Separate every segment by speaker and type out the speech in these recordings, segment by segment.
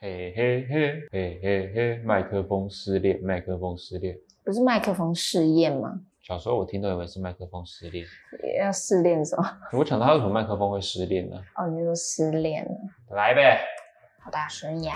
Speaker 1: 嘿嘿嘿嘿嘿嘿，麦克风失恋，麦克风失恋。
Speaker 2: 不是麦克风试验吗？
Speaker 1: 小时候我听都以为是麦克风失恋，
Speaker 2: 要试炼什么？
Speaker 1: 我想到为什么麦克风会失恋呢？
Speaker 2: 哦，你说失恋了，
Speaker 1: 来呗，
Speaker 2: 好大声呀！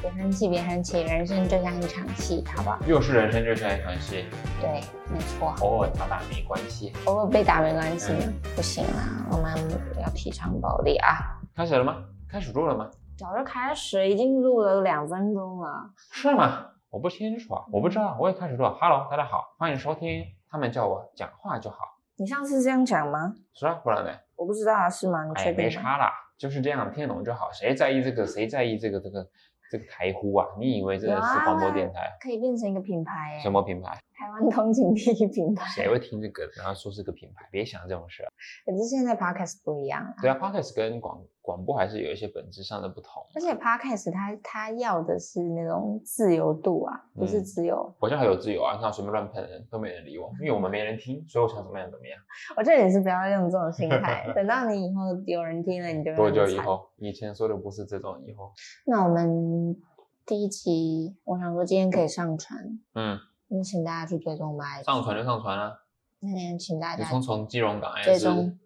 Speaker 2: 别生气，别生气，人生就像一场戏，好不好？
Speaker 1: 又是人生就像一场戏，
Speaker 2: 对，没错，
Speaker 1: 偶尔打打没关系。
Speaker 2: 偶尔被打没关系嘛，
Speaker 1: 嗯
Speaker 2: 不行啦，我们要提倡暴力啊！
Speaker 1: 开始了吗？开始录了吗？
Speaker 2: 早就开始，已经录了两分钟了。
Speaker 1: 是吗？我不清楚啊，我不知道，我也开始录了。Hello，大家好，欢迎收听。他们叫我讲话就好，
Speaker 2: 你上次这样讲吗？
Speaker 1: 是啊，不然呢？
Speaker 2: 我不知道啊，是吗？你
Speaker 1: 哎
Speaker 2: 确
Speaker 1: 呀，没
Speaker 2: 定吗？
Speaker 1: 差啦，就是这样，听得懂就好。谁在意这个？谁在意这个？这个这个台呼啊？你以为这
Speaker 2: 有
Speaker 1: 是
Speaker 2: 啊
Speaker 1: 广播电台？
Speaker 2: 可以变成一个品牌耶
Speaker 1: 什，么品牌？
Speaker 2: 台湾通勤第一品牌。
Speaker 1: 谁会听这个？然后说是个品牌？别想这种事。
Speaker 2: 可是现在 podcast 不一样了，
Speaker 1: 对啊，podcast 跟广广播还是有一些本质上的不同。
Speaker 2: 嗯而且 podcast 它它要的是那种自由度啊，不是
Speaker 1: 嗯
Speaker 2: 只有。
Speaker 1: 我现在很有自由啊，你看我随便乱喷人都没人理我，因为我们没人听，所以我想怎么样怎么样。
Speaker 2: 我觉得你是不要用这种 心态，等到你以后有人听了，你就会
Speaker 1: 多
Speaker 2: 啊很
Speaker 1: 久以
Speaker 2: 惨？
Speaker 1: 后？以前说的不是这种以 后。
Speaker 2: 那我们第一集，我想说今天可以上传，
Speaker 1: 嗯，
Speaker 2: 那请大家去追踪吧。
Speaker 1: 上传就上传啊，
Speaker 2: 那天请大
Speaker 1: 你
Speaker 2: 家
Speaker 1: 从从基隆港还
Speaker 2: 追
Speaker 1: 是？
Speaker 2: 踪。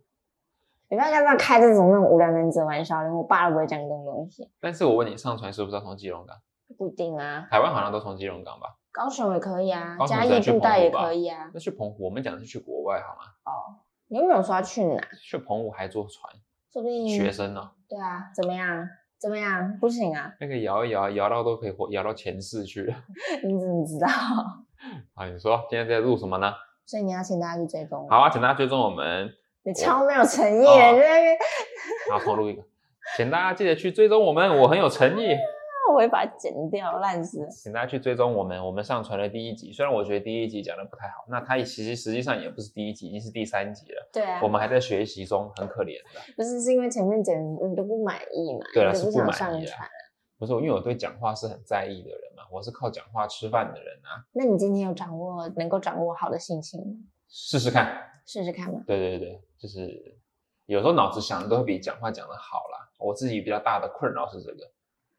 Speaker 2: 你不要不要开这种那种无聊男子的玩笑，连我爸都不会讲这种东西。
Speaker 1: 但是我问你，上传是不是要从基隆港？
Speaker 2: 不一定啊，
Speaker 1: 台湾好像都从基隆港吧？
Speaker 2: 高雄也可以啊
Speaker 1: 高，雄
Speaker 2: 嘉
Speaker 1: 只能
Speaker 2: 义
Speaker 1: 去
Speaker 2: 布袋也
Speaker 1: 澎湖吧
Speaker 2: 可以啊。
Speaker 1: 那去澎湖，我们讲的是去国外好吗？
Speaker 2: 你有没有说要去哪？
Speaker 1: 去澎湖还坐船，
Speaker 2: 说不定
Speaker 1: 学生呢、哦
Speaker 2: 对啊，怎么样？怎么样？不行啊！
Speaker 1: 那个摇一摇，摇到都可以活，摇到前世去了。
Speaker 2: 你怎么知道？
Speaker 1: 啊，你说今天在录什么呢？
Speaker 2: 所以你要请大家去追踪。
Speaker 1: 好，啊，请大家追踪我们，
Speaker 2: 你超没有诚意的，
Speaker 1: 哦
Speaker 2: 你在那边，
Speaker 1: 然后重录一个，请大家记得去追踪我们，我很有诚意。
Speaker 2: 我会把它剪掉，烂死了。
Speaker 1: 请大家去追踪我们，我们上传了第一集，虽然我觉得第一集讲的不太好，那它其实实际上也不是第一集，已经是第三集了，
Speaker 2: 对啊
Speaker 1: 我，们还在学习中，很可怜的。
Speaker 2: 不是是因为前面剪你都不满意嘛，
Speaker 1: 对
Speaker 2: 你
Speaker 1: 了，
Speaker 2: 都
Speaker 1: 是
Speaker 2: 不想
Speaker 1: 满
Speaker 2: 上
Speaker 1: 意啊
Speaker 2: 传
Speaker 1: 啦。。不是，因为我对讲话是很在意的人嘛，我是靠讲话吃饭的人啊，
Speaker 2: 那你今天有掌握能够掌握好的信心吗？
Speaker 1: 试试看。
Speaker 2: 试试看嘛。
Speaker 1: 对对对，就是有时候脑子想的都会比讲话讲的好啦。我自己比较大的困扰是这个，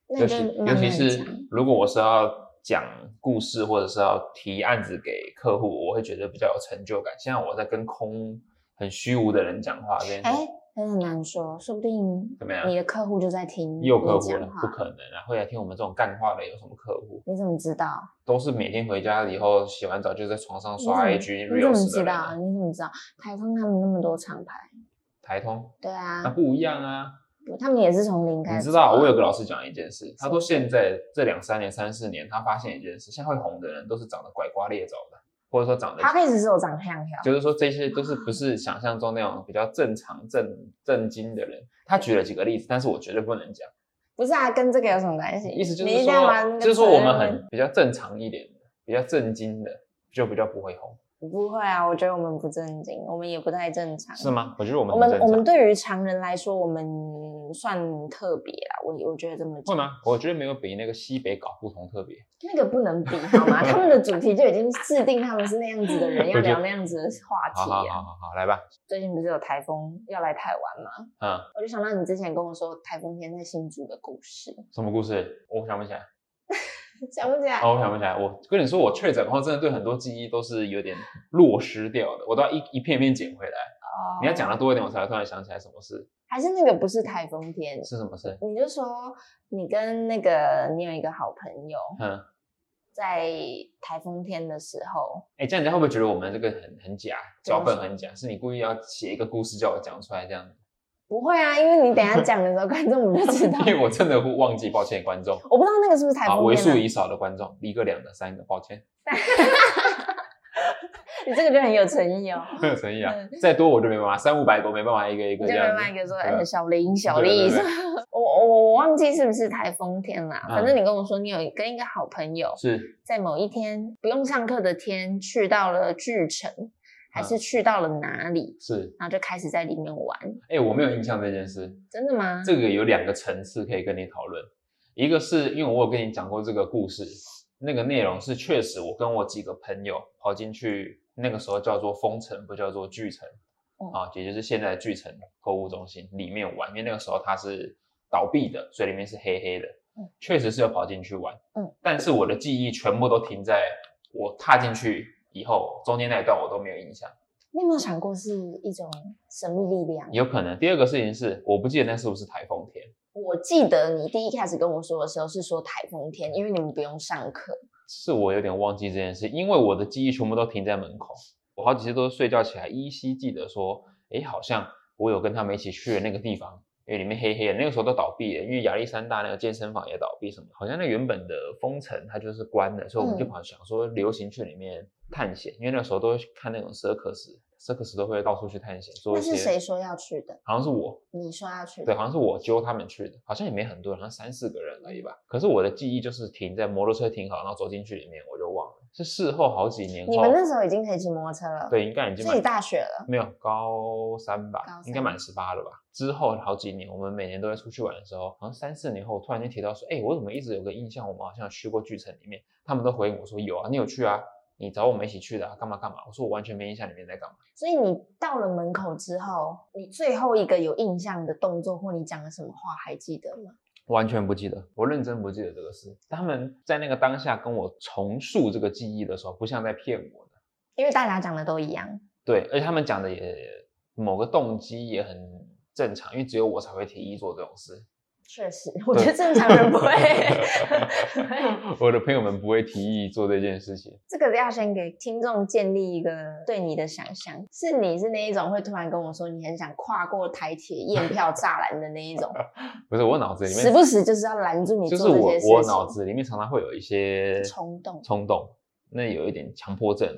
Speaker 2: 那
Speaker 1: 尤
Speaker 2: 你
Speaker 1: 其
Speaker 2: 就慢
Speaker 1: 尤其
Speaker 2: 慢
Speaker 1: 是
Speaker 2: 讲。
Speaker 1: 如果我是要讲故事或者是要提案子给客户，我会觉得比较有成就感。现在我在跟空很虚无的人讲话，这件事
Speaker 2: 哎，真的很难说，说不定
Speaker 1: 怎么样
Speaker 2: 你的客户就在听你
Speaker 1: 又客户了
Speaker 2: 讲，
Speaker 1: 不
Speaker 2: 话。
Speaker 1: 可能啊！会来听我们这种干话的有什么客户？
Speaker 2: 你怎么知道？
Speaker 1: 都是每天回家以后洗完澡就在床上
Speaker 2: 你怎
Speaker 1: 刷
Speaker 2: 么
Speaker 1: IG
Speaker 2: 你怎么
Speaker 1: reels 的
Speaker 2: 知
Speaker 1: 人
Speaker 2: 道？
Speaker 1: 啊。
Speaker 2: 你怎么知道？台通他们那么多厂牌，
Speaker 1: 台通
Speaker 2: 对啊
Speaker 1: 那，不一样啊！
Speaker 2: 他们也是从零开
Speaker 1: 你
Speaker 2: 始
Speaker 1: 知
Speaker 2: 啊。
Speaker 1: 道，我有个老师讲一件事，他说
Speaker 2: 什么
Speaker 1: 现在这两三年、三四年，他发现一件事，现在会红的人都是长得拐瓜裂枣的，或者说长得
Speaker 2: 他开始是有长相条，
Speaker 1: 就是说这些都是不是想象中那种比较正常、正正经的人。他举了几个例子，但是我绝对不能讲。
Speaker 2: 不是啊，跟这个有什么关系？
Speaker 1: 意思就
Speaker 2: 你
Speaker 1: 是
Speaker 2: 一定要把那
Speaker 1: 说，
Speaker 2: 个
Speaker 1: 就是说我们
Speaker 2: 责任
Speaker 1: 很比较正常一点的、比较正经的，就比较不会红，
Speaker 2: 不会啊，我觉得我们不正经，我们也不太正常，
Speaker 1: 是？吗？我觉得我们
Speaker 2: 我
Speaker 1: 很
Speaker 2: 们
Speaker 1: 正
Speaker 2: 我们
Speaker 1: 常，
Speaker 2: 对于常人来说，我们算特别啦，我我觉得这么
Speaker 1: 会
Speaker 2: 讲，
Speaker 1: 吗？我觉得没有比那个西北搞不同特别。
Speaker 2: 那个不能比好 吗？他们的主题就已经制定他们是那样子的人，
Speaker 1: 我
Speaker 2: 要
Speaker 1: 觉
Speaker 2: 聊
Speaker 1: 得
Speaker 2: 那样子的话
Speaker 1: 好
Speaker 2: 题
Speaker 1: 好
Speaker 2: 啊。
Speaker 1: 好好好，来吧，
Speaker 2: 最近不是有台风要来台湾吗？
Speaker 1: 嗯，
Speaker 2: 我就想到你之前跟我说台风天在新竹的故事，
Speaker 1: 什么故事？我想不起来。
Speaker 2: 想不起来。
Speaker 1: 哦，我想不起来。我跟你说，我确诊后真的对很多记忆都是有点落失掉的，我都要一一片一片捡回来。
Speaker 2: 哦
Speaker 1: 你要讲的多一点，我才会突然想起来什么事
Speaker 2: 还是那个不是台风天？
Speaker 1: 是什么事。
Speaker 2: 你就说你跟那个你有一个好朋友，
Speaker 1: 嗯，
Speaker 2: 在台风天的时候，
Speaker 1: 哎，这样人家会不会觉得我们这个很很假，
Speaker 2: 怎么
Speaker 1: 脚本
Speaker 2: 说
Speaker 1: 很假？是你故意要写一个故事叫我讲出来这样子？
Speaker 2: 不会啊，因为你等一下讲的时候，观众们就知道。
Speaker 1: 因为我真的会忘记，抱歉观众
Speaker 2: 我不知道那个是不是台
Speaker 1: 啊，
Speaker 2: 风
Speaker 1: 为
Speaker 2: 天、
Speaker 1: 数
Speaker 2: 啊，
Speaker 1: 已少的观众，一个、两个、三个，抱 歉，
Speaker 2: 你这个就很有诚意哦。
Speaker 1: 很有诚意啊
Speaker 2: 嗯。
Speaker 1: 再多我就没办法，三五百个我没办法一个一
Speaker 2: 你
Speaker 1: 个
Speaker 2: 就
Speaker 1: 这
Speaker 2: 另
Speaker 1: 样
Speaker 2: 外一
Speaker 1: 子。
Speaker 2: 个说，
Speaker 1: 对啊
Speaker 2: 哎，小林，小
Speaker 1: 对对啊
Speaker 2: 丽
Speaker 1: 对，
Speaker 2: 我我我忘记是不是台风天啦、
Speaker 1: 嗯
Speaker 2: 反正你跟我说，你有跟一个好朋友
Speaker 1: 是
Speaker 2: 在某一天不用上课的天，去到了巨城，还
Speaker 1: 嗯
Speaker 2: 是去到了哪里，
Speaker 1: 是，
Speaker 2: 然后就开始在里面玩。
Speaker 1: 哎，我没有印象这件事。
Speaker 2: 真的吗？
Speaker 1: 这个有两个层次可以跟你讨论，一个是因为我有跟你讲过这个故事，那个内容是确实我跟我几个朋友跑进去，那个时候叫做丰城，不叫做巨城，
Speaker 2: 嗯
Speaker 1: 啊，也就是现在的巨城购物中心里面玩，因为那个时候它是倒闭的，所以里面是黑黑的。
Speaker 2: 嗯
Speaker 1: 确实是有跑进去玩，
Speaker 2: 嗯，
Speaker 1: 但是我的记忆全部都停在我踏进去以后，中间那一段我都没有印象。
Speaker 2: 你有没有想过是一种神秘力量？
Speaker 1: 有可能第二个事情是，我不记得那是不是台风天，
Speaker 2: 我记得你第一开始跟我说的时候是说台风天，因为你们不用上课，
Speaker 1: 是我有点忘记这件事，因为我的记忆全部都停在门口。我好几次都是睡觉起来，依稀记得说，诶，好像我有跟他们一起去的那个地方，因为里面黑黑的，那个时候都倒闭了，因为亚历山大那个健身房也倒闭什么，好像那原本的封城它就是关了，所以我们就
Speaker 2: 嗯
Speaker 1: 跑想说流行去里面探险，因为那时候都会去看那种 circus。circus 都会到处去探险，做
Speaker 2: 那
Speaker 1: 一
Speaker 2: 是
Speaker 1: 些
Speaker 2: 谁说要去的？
Speaker 1: 好像是我，
Speaker 2: 你说要去的？
Speaker 1: 对，好像是我揪他们去的，好像也没很多人，好像三四个人而已
Speaker 2: 嗯
Speaker 1: 吧。可是我的记忆就是停在摩托车停好，然后走进去里面，我就忘了。是事后好几年后，
Speaker 2: 你们那时候已经可以骑摩托车了，，
Speaker 1: 对应该已经
Speaker 2: 自
Speaker 1: 满
Speaker 2: 己大学了，
Speaker 1: 没有高三吧，
Speaker 2: 高
Speaker 1: 应该
Speaker 2: 三
Speaker 1: 满十八了吧。之后好几年，我们每年都会出去玩的时候，好像三四年后，我突然间提到说，哎，我怎么一直有个印象，我们好像去过巨城里面？他们都回应我说有啊，你有去啊，你找我们一起去的、啊，干嘛干嘛？我说我完全没印象里面在干嘛。
Speaker 2: 所以你到了门口之后，你最后一个有印象的动作或你讲了什么话还记得吗？
Speaker 1: 完全不记得，我认真不记得这个事。他们在那个当下跟我重述这个记忆的时候，不像在骗我的，
Speaker 2: 因为大家讲的都一样，
Speaker 1: 对，而且他们讲的也某个动机也很正常，因为只有我才会提议做这种事，
Speaker 2: 确实，我觉得正常人 不会。
Speaker 1: 我的朋友们不会提议做这件事情。
Speaker 2: 这个要先给听众建立一个对你的想象，是你是那一种会突然跟我说你很想跨过台铁验票栅栏的那一种，
Speaker 1: 不是我脑子里
Speaker 2: 时
Speaker 1: 面，
Speaker 2: 不时就是要拦住你
Speaker 1: 就是
Speaker 2: 做这
Speaker 1: 我
Speaker 2: 些事情。
Speaker 1: 我脑子里面常常会有一些
Speaker 2: 冲动
Speaker 1: 冲动，那有一点强迫症，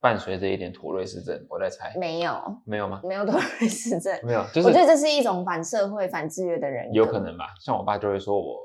Speaker 1: 伴随着一点妥瑞氏症，我在猜，
Speaker 2: 没有
Speaker 1: 没有吗？
Speaker 2: 没有多瑞氏症，
Speaker 1: 没有，嗯就是
Speaker 2: 我觉得这是一种反社会、反制约的人格，
Speaker 1: 有可能吧。像我爸就会说我，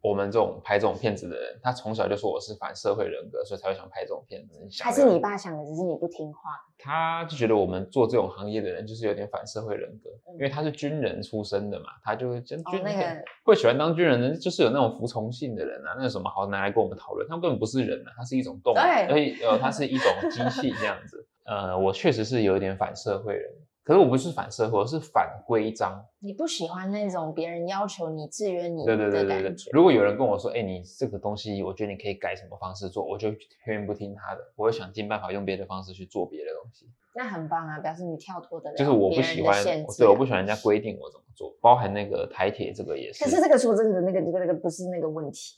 Speaker 1: 我们这种拍这种片子的人，他从小就说我是反社会人格，所以才会想拍这种片子。想
Speaker 2: 还
Speaker 1: 了
Speaker 2: 是你爸想的只是你不听话。
Speaker 1: 他就觉得我们做这种行业的人就是有点反社会人格，
Speaker 2: 嗯
Speaker 1: 因为他是军人出身的嘛，他就会真
Speaker 2: 哦
Speaker 1: 军、，
Speaker 2: 那个
Speaker 1: 会喜欢当军人的，就是有那种服从性的人啊，那有什么好拿来跟我们讨论？他们根本不是人啊，他是一种动物，
Speaker 2: 对
Speaker 1: 而且呃，它是一种机器这样子。呃，我确实是有一点反社会人，可是我不是反社会，我是反规章。
Speaker 2: 你不喜欢那种别人要求你、制约你
Speaker 1: 对对对
Speaker 2: 的
Speaker 1: 对对
Speaker 2: 感觉，。
Speaker 1: 如果有人跟我说，哎、你这个东西，我觉得你可以改什么方式做，我就偏不听他的，我会想尽办法用别的方式去做别的东西。
Speaker 2: 那很棒啊，表示你跳脱得了
Speaker 1: 就是我
Speaker 2: 别
Speaker 1: 不
Speaker 2: 人
Speaker 1: 喜
Speaker 2: 的
Speaker 1: 欢
Speaker 2: 限，制
Speaker 1: 对，我
Speaker 2: 啊
Speaker 1: 不喜欢人家规定我怎么做，包含那个台铁这个也是。
Speaker 2: 可是这个说真的，那个那个那个不是那个问题。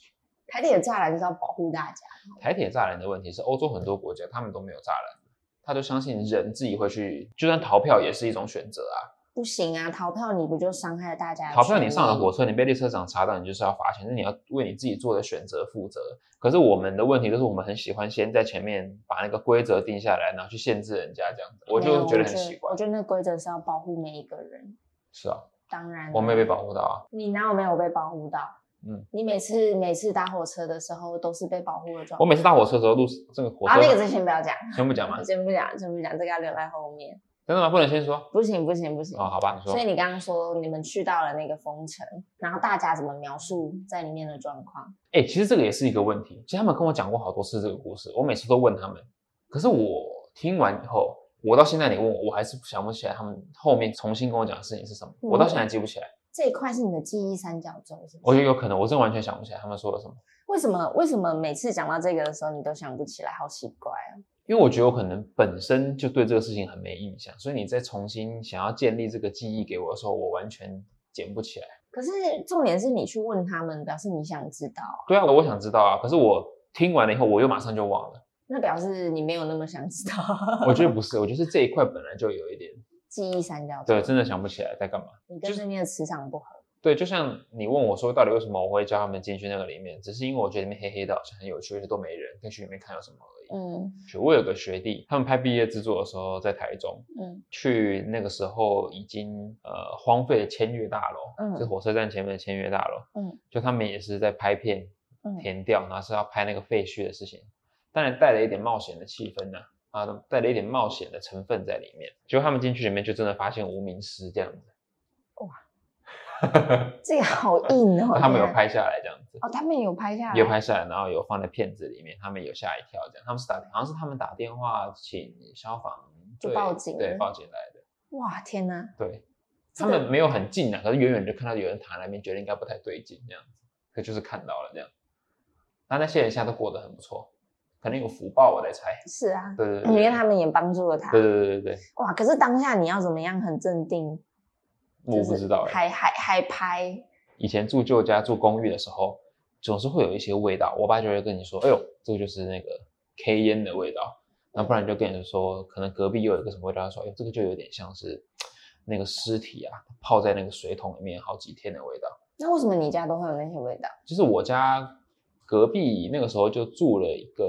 Speaker 2: 台铁栅栏就是要保护大家，
Speaker 1: 台铁栅栏的问题是，欧洲很多国家他们都没有栅栏，他就相信人自己会去，就算逃票也是一种选择啊。
Speaker 2: 不行啊！逃票你不就伤害了大家的
Speaker 1: 逃票
Speaker 2: 权
Speaker 1: 你上了
Speaker 2: 益
Speaker 1: 火车，你被列车长查到，你就是要罚钱，那你要为你自己做的选择负责。可是我们的问题就是，我们很喜欢先在前面把那个规则定下来，然后去限制人家这样子，我
Speaker 2: 没有
Speaker 1: 就觉得很奇怪
Speaker 2: 我。觉得那规则是要保护每一个人，
Speaker 1: 是啊，
Speaker 2: 当然、
Speaker 1: 我没有被。保护到啊。
Speaker 2: 你哪有没有被保护到？
Speaker 1: 嗯，
Speaker 2: 你每次每次搭火车的时候都是被保护的状态。
Speaker 1: 我每次搭火车的时候，路这个火
Speaker 2: 啊，
Speaker 1: 车
Speaker 2: 那个之前不要讲，
Speaker 1: 先不讲嘛，
Speaker 2: 先不讲，先不讲，这个要留在后面。
Speaker 1: 真的吗？不能先说
Speaker 2: 不行，不行，不行。
Speaker 1: 哦，好吧，你说
Speaker 2: 所以。你刚刚说你们去到了那个封城，然后大家怎么描述在里面的状况？
Speaker 1: 哎、其实这个也是一个问题。其实他们跟我讲过好多次这个故事，我每次都问他们，可是我听完以后，我到现在你问我，我还是想不起来他们后面重新跟我讲的事情是什么，
Speaker 2: 嗯
Speaker 1: 我到现在记不起来。
Speaker 2: 这一块是你的记忆三角洲，是不
Speaker 1: 我
Speaker 2: 是？
Speaker 1: 觉得有可能，我真的完全想不起来他们说了什么，
Speaker 2: 为什么为什么每次讲到这个的时候你都想不起来？好奇怪啊！
Speaker 1: 因为我觉得我可能本身就对这个事情很没印象，所以你再重新想要建立这个记忆给我的时候，我完全捡不起来。
Speaker 2: 可是重点是你去问他们，表示你想知道啊，
Speaker 1: 对啊，我想知道啊，可是我听完了以后，我又马上就忘了。
Speaker 2: 那表示你没有那么想知道。
Speaker 1: 我觉得不是，我觉得是这一块本来就有一点，
Speaker 2: 记忆三角洲，
Speaker 1: 对，真的想不起来在干嘛。
Speaker 2: 你跟这边的磁场不合。
Speaker 1: 对，就像你问我说，到底为什么我会叫他们进去那个里面，只是因为我觉得里面黑黑的，好像很有趣，而且都没人，可以去里面看有什么而已。
Speaker 2: 嗯
Speaker 1: 我有个学弟，他们拍毕业制作的时候在台中，
Speaker 2: 嗯，
Speaker 1: 去那个时候已经呃荒废的千月大楼，
Speaker 2: 嗯
Speaker 1: 是火车站前面的千月大楼，
Speaker 2: 嗯，
Speaker 1: 就他们也是在拍片
Speaker 2: 嗯
Speaker 1: 填掉，然后是要拍那个废墟的事情，当然带了一点冒险的气氛呢、啊，带了一点冒险的成分在里面。结果他们进去里面就真的发现无名尸这样子，哇，
Speaker 2: 这个好硬哦。
Speaker 1: 他们有
Speaker 2: 天啊
Speaker 1: 拍下来这样子，
Speaker 2: 哦，他们有拍下来，
Speaker 1: 有拍下来，然后有放在片子里面，他们有吓一跳，这样他们是打，好像是他们打电话请消防
Speaker 2: 就
Speaker 1: 队
Speaker 2: 报警
Speaker 1: 对
Speaker 2: 了
Speaker 1: 报警来的，
Speaker 2: 哇，天哪！
Speaker 1: 对。
Speaker 2: 这
Speaker 1: 他
Speaker 2: 个
Speaker 1: 们没有很近啊，可是远远就看到有人躺在那边，觉得应该不太对劲这样子。可就是看到了这样。那那些人现在都过得很不错，可能有福报我在猜。
Speaker 2: 是啊，
Speaker 1: 对对对
Speaker 2: 因
Speaker 1: 对
Speaker 2: 为他们也帮助了他。
Speaker 1: 对对对对对，
Speaker 2: 哇，可是当下你要怎么样很镇定？
Speaker 1: 我不知道哎、
Speaker 2: 还还还拍，
Speaker 1: 以前住旧家住公寓的时候，总是会有一些味道，我爸就会跟你说：“哎呦，这个就是那个 K 烟的味道。”那不然就跟你说，可能隔壁又有一个什么味道，他说：“哎呦，这个就有点像是那个尸体啊，泡在那个水桶里面好几天的味道。”
Speaker 2: 那为什么你家都会有那些味道？
Speaker 1: 就是我家隔壁那个时候就住了一个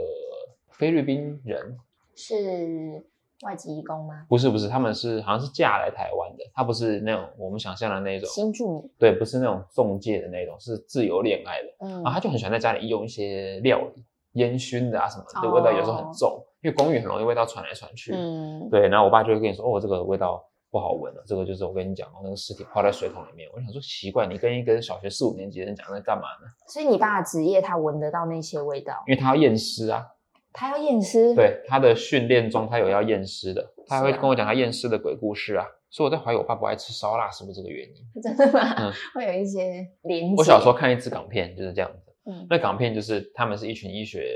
Speaker 1: 菲律宾人，
Speaker 2: 是外籍义工吗？
Speaker 1: 不是不是，他们是好像是嫁来台湾的，他不是那种我们想象的那种，
Speaker 2: 新住民，
Speaker 1: 对，不是那种中介的那种，是自由恋爱的。
Speaker 2: 嗯，
Speaker 1: 然啊后他就很喜欢在家里用一些料理烟熏的啊什么的，味道有时候很重，因为公寓很容易味道传来传去。
Speaker 2: 嗯，
Speaker 1: 对，然后我爸就会跟你说，哦，这个味道不好闻了，这个就是我跟你讲，那个尸体泡在水桶里面。我就想说，奇怪，你跟一个小学四五年级的人讲那干嘛呢？
Speaker 2: 所以你爸的职业他闻得到那些味道，
Speaker 1: 因为他要验尸啊。
Speaker 2: 他要验尸，，
Speaker 1: 对他的训练中，他有要验尸的，他还会
Speaker 2: 是啊
Speaker 1: 跟我讲他验尸的鬼故事啊。所以我在怀疑我爸不爱吃烧腊是不是这个原因？
Speaker 2: 真的吗？
Speaker 1: 嗯
Speaker 2: 会有一些连接。
Speaker 1: 我小时候看一支港片就是这样子，
Speaker 2: 嗯，
Speaker 1: 那港片就是他们是一群医学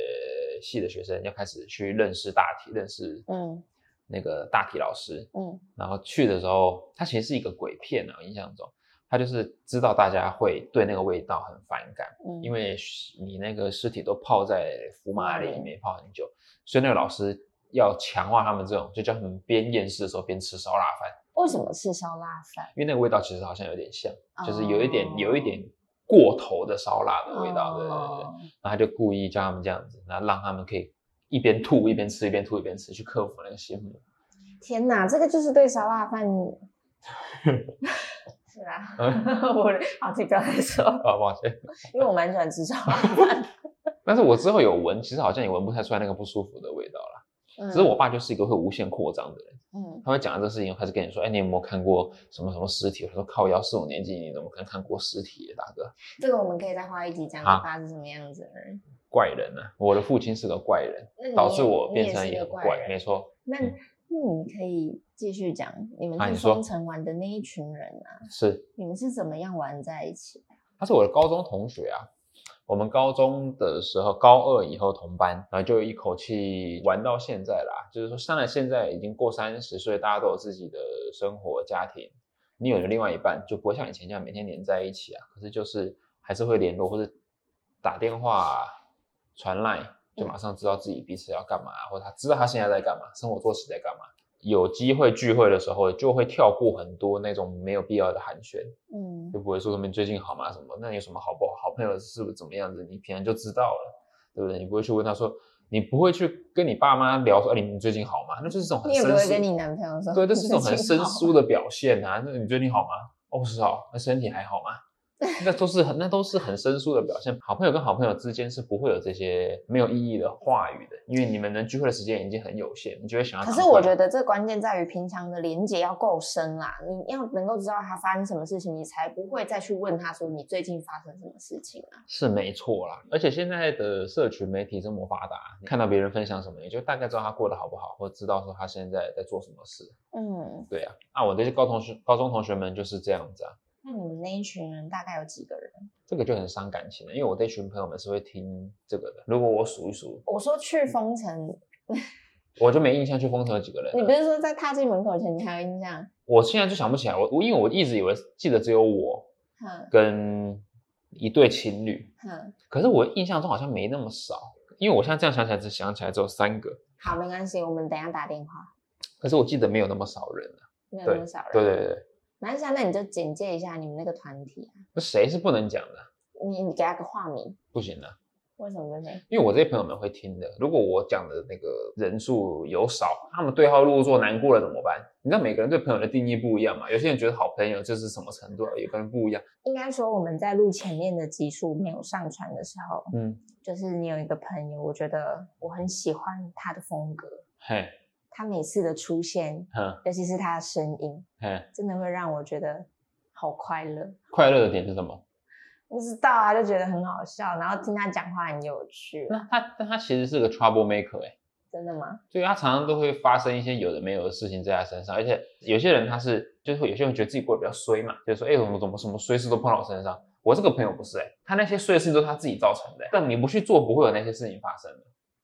Speaker 1: 系的学生，要开始去认识大体，认识
Speaker 2: 嗯
Speaker 1: 那个大体老师。
Speaker 2: 嗯
Speaker 1: 然后去的时候，他其实是一个鬼片啊，我印象中他就是知道大家会对那个味道很反感，
Speaker 2: 嗯，
Speaker 1: 因
Speaker 2: 为
Speaker 1: 为你那个尸体都泡在福马
Speaker 2: 福
Speaker 1: 里
Speaker 2: 马林
Speaker 1: 面泡很久，所以那个老师要强化他们这种，就叫他们边验尸的时候边吃烧腊饭，
Speaker 2: 为什么吃烧腊饭？
Speaker 1: 因为那个味道其实好像有点像，就是有一点、
Speaker 2: 哦
Speaker 1: 有一点过头的烧腊的味道，对对对对。
Speaker 2: 哦
Speaker 1: 然后他就故意叫他们这样子，然后让他们可以一边吐一边吃，一边吐一边吃，去克服那个心魔。
Speaker 2: 天哪，这个就是对烧 腊饭。是啊，
Speaker 1: 嗯，
Speaker 2: 我好，自己不要再说，
Speaker 1: 啊，抱歉。
Speaker 2: 因为我蛮喜欢吃烧腊 饭。
Speaker 1: 但是我之后有闻，其实好像也闻不太出来那个不舒服的味道啦。
Speaker 2: 嗯
Speaker 1: 只是我爸就是一个会无限扩张的人。
Speaker 2: 嗯，
Speaker 1: 他会讲到这事情，他就跟你说：“哎，你有没有看过什么什么尸体？”我说：“靠腰，四五年级你怎么可能看过尸体，大哥？
Speaker 2: 这个我们可以再花一集讲你
Speaker 1: 好
Speaker 2: 爸是什么样子的人。
Speaker 1: 怪人啊！我的父亲是个怪人，
Speaker 2: 那你
Speaker 1: 导
Speaker 2: 也
Speaker 1: 致我变成
Speaker 2: 你也
Speaker 1: 也
Speaker 2: 是
Speaker 1: 很
Speaker 2: 个怪
Speaker 1: 怪。
Speaker 2: 人
Speaker 1: 没错，
Speaker 2: 那
Speaker 1: 嗯
Speaker 2: 那你可以继续讲你们
Speaker 1: 啊
Speaker 2: 去
Speaker 1: 你说
Speaker 2: 双城玩的那一群人啊，
Speaker 1: 是
Speaker 2: 你们是怎么样玩在一起的？
Speaker 1: 他是我的高中同学啊。我们高中的时候，高二以后同班，然后就一口气玩到现在啦。就是说，当然现在已经过三十岁，大家都有自己的生活、家庭，你有了另外一半，就不会像以前这样每天黏在一起啊。可是就是还是会联络，或者打电话、传赖，就马上知道自己彼此要干嘛，或者他知道他现在在干嘛，生活作息在干嘛。有机会聚会的时候，就会跳过很多那种没有必要的寒暄，
Speaker 2: 嗯
Speaker 1: 就不会说什么你最近好吗？什么？那你有什么好不好？好朋友是不是怎么样子？你平常就知道了，对不对？你不会去问他说，你不会去跟你爸妈聊说，哎，你最近好吗？那就是这种很
Speaker 2: 你也不
Speaker 1: 生
Speaker 2: 会
Speaker 1: 疏
Speaker 2: 跟你男朋友说
Speaker 1: 对，这是一种很
Speaker 2: 你最
Speaker 1: 生
Speaker 2: 近好
Speaker 1: 疏的表现啊。那你最近好吗？哦，是哦，那身体还好吗？那都是很那都是很生疏的表现。好朋友跟好朋友之间是不会有这些没有意义的话语的，因为你们能聚会的时间已经很有限，你就会想要
Speaker 2: 可
Speaker 1: 赶快。
Speaker 2: 是我觉得这关键在于平常的连接要够深啦，你要能够知道他发生什么事情，你才不会再去问他说你最近发生什么事情啊。
Speaker 1: 是没错啦。而且现在的社群媒体这么发达，你看到别人分享什么，你就大概知道他过得好不好，或知道说他现在在做什么事。
Speaker 2: 嗯，
Speaker 1: 对啊，啊，我这些高同学、高中同学们就是这样子啊。
Speaker 2: 那你们那一群人大概有几个人？
Speaker 1: 这个就很伤感情了，因为我这群朋友们是会听这个的。如果我数一数，
Speaker 2: 我说去封城，
Speaker 1: 我就没印象去封城有几个人
Speaker 2: 你
Speaker 1: 了。
Speaker 2: 不是说在踏进门口前你还有印象？
Speaker 1: 我现在就想不起来，我我因为我一直以为记得只有我
Speaker 2: 哼
Speaker 1: 跟一对情侣，
Speaker 2: 哼，
Speaker 1: 可是我印象中好像没那么少，因为我现在这样想起来只想起来只有三个，
Speaker 2: 好，没关系，我们等一下打电话，
Speaker 1: 可是我记得没有那么少人了。
Speaker 2: 没有那么少人。
Speaker 1: 对对对对，
Speaker 2: 没关系啊，那你就简介一下你们那个团体啊，
Speaker 1: 那谁是不能讲的？
Speaker 2: 你你给他个化名，
Speaker 1: 不行的、
Speaker 2: 为什么不行？
Speaker 1: 因为我这些朋友们会听的。如果我讲的那个人数有少，他们对号入座难过了怎么办？你知道每个人对朋友的定义不一样嘛？有些人觉得好朋友就是什么程度，有个人不一样。
Speaker 2: 应该说我们在录前面的集数没有上传的时候，
Speaker 1: 嗯，
Speaker 2: 就是你有一个朋友，我觉得我很喜欢他的风格，
Speaker 1: 嘿，
Speaker 2: 他每次的出现，
Speaker 1: 哼，
Speaker 2: 尤其是他的声音，
Speaker 1: 嘿，
Speaker 2: 真的会让我觉得好快乐。
Speaker 1: 快乐的点是什么？
Speaker 2: 不知道啊，就觉得很好笑，然后听他讲话很有趣。
Speaker 1: 那他，但他其实是个 trouble maker 哎、
Speaker 2: 真的吗？
Speaker 1: 所以他常常都会发生一些有的没有的事情在他身上，而且有些人他是就是会有些人觉得自己过得比较衰嘛，就是说，哎、我怎么怎么什么衰事都碰到我身上，我这个朋友不是哎、他那些碎事都是他自己造成的、欸但你不去做，不会有那些事情发生的。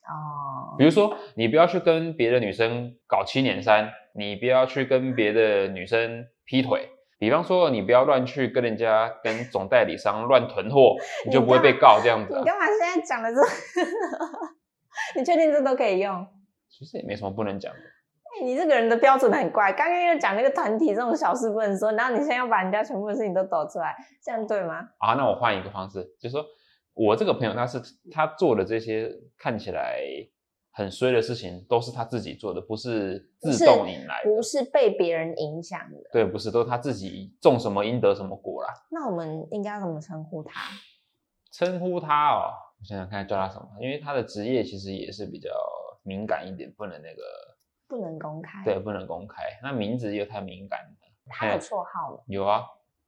Speaker 2: 哦，
Speaker 1: 比如说，你不要去跟别的女生搞七捻三，你不要去跟别的女生劈腿。比方说，你不要乱去跟人家、跟总代理商乱囤货，你就不会被告这样子、啊
Speaker 2: 你。干嘛现在讲的这？ 你确定这都可以用？
Speaker 1: 其实也没什么不能讲的。
Speaker 2: 哎你这个人的标准很怪，刚刚又讲那个团体这种小事不能说，然后你现在要把人家全部的事情都抖出来，这样对吗？
Speaker 1: 啊，那我换一个方式，就是说我这个朋友他是他做的这些看起来很衰的事情，都是他自己做的，不是自动引来的。
Speaker 2: 不是被别人影响的。
Speaker 1: 对，不是，都是他自己种什么因得什么果啦。
Speaker 2: 那我们应该怎么称呼他？
Speaker 1: 称呼他哦，我想想看叫他什么，因为他的职业其实也是比较敏感一点，不能那个，
Speaker 2: 不能公开。
Speaker 1: 对，，哎不能公开。那名字又太敏感了。
Speaker 2: 他有绰号吗？
Speaker 1: 有啊，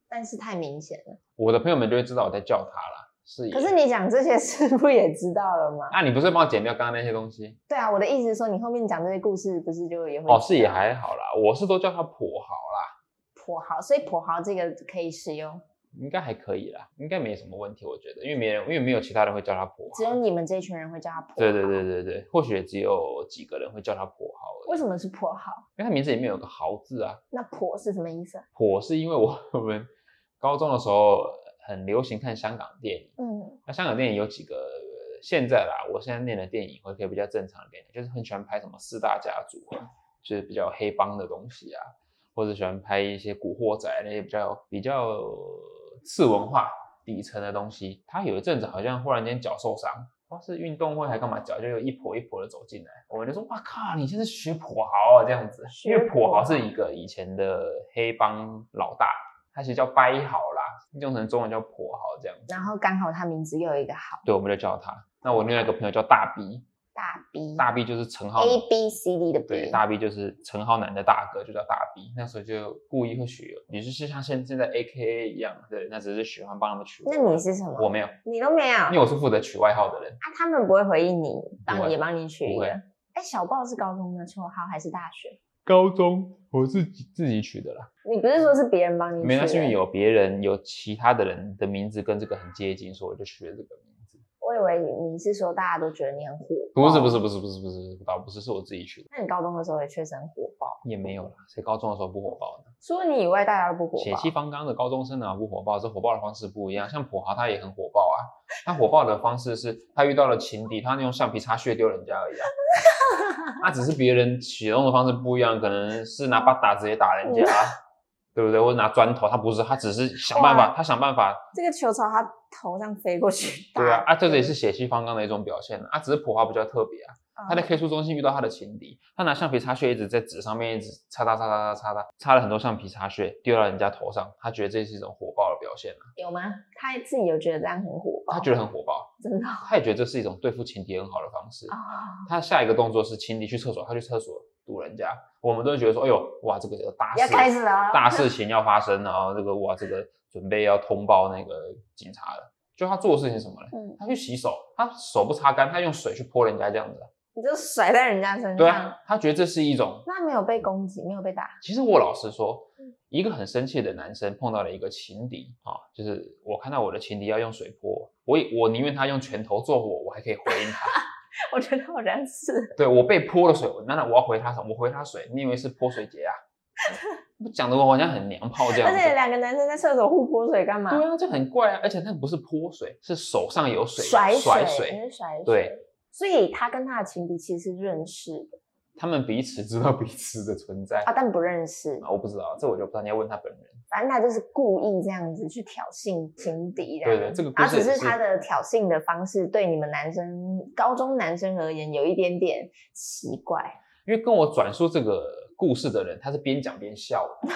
Speaker 2: 但是太明显了。
Speaker 1: 我的朋友们就会知道我在叫他啦。是，
Speaker 2: 可是你讲这些 事不也知道了吗？
Speaker 1: 啊，你不是帮我剪掉刚刚那些东西？
Speaker 2: 对啊，我的意思是说，你后面讲这些故事不是就也会
Speaker 1: 哦，是也还好啦，我是都叫他跛豪啦。
Speaker 2: 跛豪，所以跛豪这个可以使用，
Speaker 1: 应该还可以啦，应该没什么问题，我觉得，因为没人，因为没有其他人会叫他跛
Speaker 2: 只有
Speaker 1: 豪。
Speaker 2: 你们这一群人会叫他跛豪。
Speaker 1: 对对对对对，或许也只有几个人会叫他跛豪而
Speaker 2: 为
Speaker 1: 已，
Speaker 2: 什么是跛豪？
Speaker 1: 因为他名字里面有个豪字啊。
Speaker 2: 那跛是什么意思啊？
Speaker 1: 跛是因为我 我们高中的时候很流行看香港电影，
Speaker 2: 嗯，
Speaker 1: 那香港电影有几个呃现在啦，我现在念的电影会可以比较正常一点，就是很喜欢拍什么四大家族啊，就是比较黑帮的东西啊，或者喜欢拍一些古惑仔那些比较比较次文化底层的东西。他有一阵子好像忽然间脚受伤，不知道是运动会还干嘛，脚就有一跛一跛的走进来，我们就说哇靠，你现在学跛豪啊这样子，因为
Speaker 2: 学跛哦
Speaker 1: 跛
Speaker 2: 豪
Speaker 1: 豪是一个以前的黑帮老大，他其实叫掰豪啦，用成中文叫跛豪这样子。
Speaker 2: 然后刚好他名字又有一个豪，
Speaker 1: 对，我们就叫他。那我另外一个朋友叫大 B，
Speaker 2: 大 B，
Speaker 1: 大 B 就是陈浩南
Speaker 2: A B C D 的 B，
Speaker 1: 对，大 B 就是陈浩南的大哥，就叫大 B。那时候就故意会取，也就是像现现在 A K A 一样，对，那只是喜欢帮他们取。
Speaker 2: 那你是什么？
Speaker 1: 我没有，
Speaker 2: 你都没有
Speaker 1: 因为我是负责取外号的人，
Speaker 2: 啊？他们不会回应你，
Speaker 1: 不
Speaker 2: 帮
Speaker 1: 会
Speaker 2: 也帮你取一
Speaker 1: 不
Speaker 2: 个
Speaker 1: 会。
Speaker 2: 哎，小豹是高中的绰号还是大学？
Speaker 1: 高中我自己自己取的啦，
Speaker 2: 你不是说是别人帮你取的？
Speaker 1: 没有，那是因为有别人有其他的人的名字跟这个很接近，所以我就取了这个名字。
Speaker 2: 我以为你是说大家都觉得你很火
Speaker 1: 不
Speaker 2: 爆，
Speaker 1: 是不是不是不是不是，倒不是是我自己取的，
Speaker 2: 那你高中的时候也确实很火爆，
Speaker 1: 也没有啦，谁高中的时候不火爆呢？
Speaker 2: 除了你以外，大家都不火
Speaker 1: 血
Speaker 2: 爆。
Speaker 1: 气方刚的高中生哪不火爆？这火爆的方式不一样。像跛豪他也很火爆啊，他火爆的方式是他遇到了情敌，他用橡皮擦屑丢人家而 已啊。那只是别人使用的方式不一样，可能是拿把打直接打人家啊，对不对？或者拿砖头，他不是，他只是想办法，他想办法。
Speaker 2: 这个球朝他头上飞过去，
Speaker 1: 对啊，
Speaker 2: 打嗯
Speaker 1: 啊，这个也是血气方刚的一种表现啊。啊，只是跛豪比较特别啊，他在
Speaker 2: 嗯
Speaker 1: K 书中心遇到他的情敌，他拿橡皮擦屑一直在纸上面一直擦擦擦擦擦擦擦，擦了很多橡皮擦屑丢到人家头上，他觉得这是一种火爆的表现啊。
Speaker 2: 有吗？他自己有觉得这样很火爆，
Speaker 1: 他觉得很火爆，
Speaker 2: 真的
Speaker 1: 他也觉得这是一种对付情敌很好的方式。
Speaker 2: 啊，
Speaker 1: 他下一个动作是情敌去厕所，他去厕所堵人家，我们都会觉得说，哎呦，哇，这个有大
Speaker 2: 要开
Speaker 1: 事，
Speaker 2: 始了，
Speaker 1: 大事情要发生了啊！这个哇，这个准备要通报那个警察了。就他做的事情是什么呢？
Speaker 2: 嗯，
Speaker 1: 他去洗手，他手不擦干，他用水去泼人家这样子。
Speaker 2: 你就甩在人家身上，
Speaker 1: 对啊，他觉得这是一种。
Speaker 2: 那没有被攻击，没有被打，
Speaker 1: 其实我老实说，
Speaker 2: 嗯
Speaker 1: 一个很生气的男生碰到了一个情敌啊，就是我看到我的情敌要用水泼我，我也我宁愿他用拳头揍我，我还可以回应他。
Speaker 2: 我觉得好像是，
Speaker 1: 对我被泼了水，我难道我要回他什么？我回他水，你以为是泼水节啊？ 不讲的我好像很娘炮这样
Speaker 2: 而
Speaker 1: 子。
Speaker 2: 且两个男生在厕所互泼水干嘛？
Speaker 1: 对啊，这很怪啊！而且那个不是泼水，是手上有水
Speaker 2: 甩
Speaker 1: 甩
Speaker 2: 水，
Speaker 1: 水。
Speaker 2: 你是甩水，
Speaker 1: 对，
Speaker 2: 所以他跟他的情敌其实是认识的
Speaker 1: 他们彼此知道 彼此的存在
Speaker 2: 啊，但不认识，
Speaker 1: 啊我不知道，这我就不知道，你要问他本人。
Speaker 2: 反正他就是故意这样子去挑衅情敌的。
Speaker 1: 对对这个故
Speaker 2: 啊，
Speaker 1: 事
Speaker 2: 只
Speaker 1: 也
Speaker 2: 是
Speaker 1: 是
Speaker 2: 他的挑衅的方式对你们男生、高中男生而言有一点点奇怪。
Speaker 1: 因为跟我转述这个故事的人，他是边讲边笑的，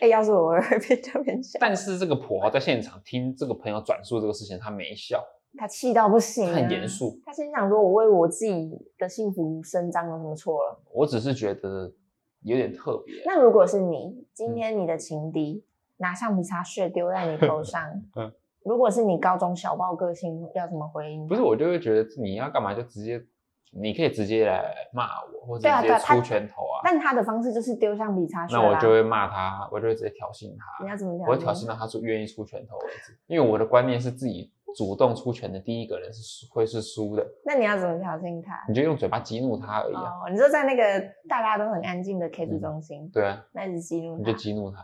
Speaker 2: 哎，要是我， 我会被这边笑，
Speaker 1: 但是这个婆在现场听这个朋友转述这个事情，他没笑，
Speaker 2: 他气到不行、
Speaker 1: 他
Speaker 2: 啊，
Speaker 1: 很严。肃。
Speaker 2: 他心想说：“我为我自己的幸福伸张有什么错了
Speaker 1: 我只是觉得有点特？”别。，
Speaker 2: 那如果是你，今天你的情敌拿橡皮擦屑丢在你头上
Speaker 1: 嗯
Speaker 2: 如果是你高中小爆个性，要怎么回应？
Speaker 1: 不是，我就会觉得你要干嘛就直接你可以直接来骂我，或者
Speaker 2: 对啊
Speaker 1: 直
Speaker 2: 对
Speaker 1: 接
Speaker 2: 啊他
Speaker 1: 出拳头啊，
Speaker 2: 但他的方式就是丢橡皮擦去
Speaker 1: 那我就会骂他，我就会直接挑衅
Speaker 2: 你要
Speaker 1: 他，
Speaker 2: 怎么挑
Speaker 1: 我会挑衅到他出愿意出拳头为止，因为我的观念是自己主动出拳的第一个人是会是输的，
Speaker 2: 那你要怎么挑衅他？
Speaker 1: 你就用嘴巴激怒他而已啊，
Speaker 2: 哦，你说在那个大家都很安静的 K
Speaker 1: 嗯
Speaker 2: T 中心，
Speaker 1: 对啊，
Speaker 2: 那一直激怒
Speaker 1: 你
Speaker 2: 他
Speaker 1: 就。激怒他，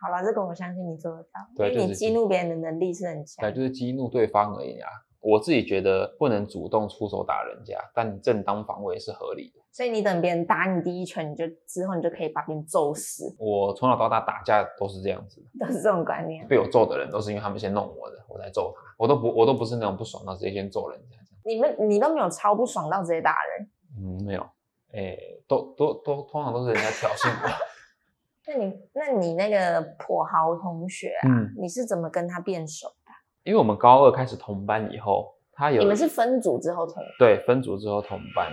Speaker 2: 好了，这个我相信你做得到，
Speaker 1: 对啊
Speaker 2: 因为
Speaker 1: 就
Speaker 2: 你
Speaker 1: 是
Speaker 2: 激怒别人的能力是很强
Speaker 1: 对，。啊就是激怒对方而已啊。我自己觉得不能主动出手打人家，但正当防卫是合理的。
Speaker 2: 所以你等别人打你第一拳，你就之后你就可以把别人揍死，
Speaker 1: 我从小到大打架都是这样子的，
Speaker 2: 都是这种观念。
Speaker 1: 被我揍的人都是因为他们先弄我的，我才揍他。我都不，我都不是那种不爽到直接先揍人家这样。
Speaker 2: 你们你都没有超不爽到直接打人，
Speaker 1: 嗯，没有，诶、都都都通常都是人家挑衅我。
Speaker 2: 那你那你那个跛豪同学 啊，
Speaker 1: 嗯，
Speaker 2: 你是怎么跟他变熟？
Speaker 1: 因为我们高二开始同班以后，他有
Speaker 2: 你们是分组之后同
Speaker 1: 对分组之后同班，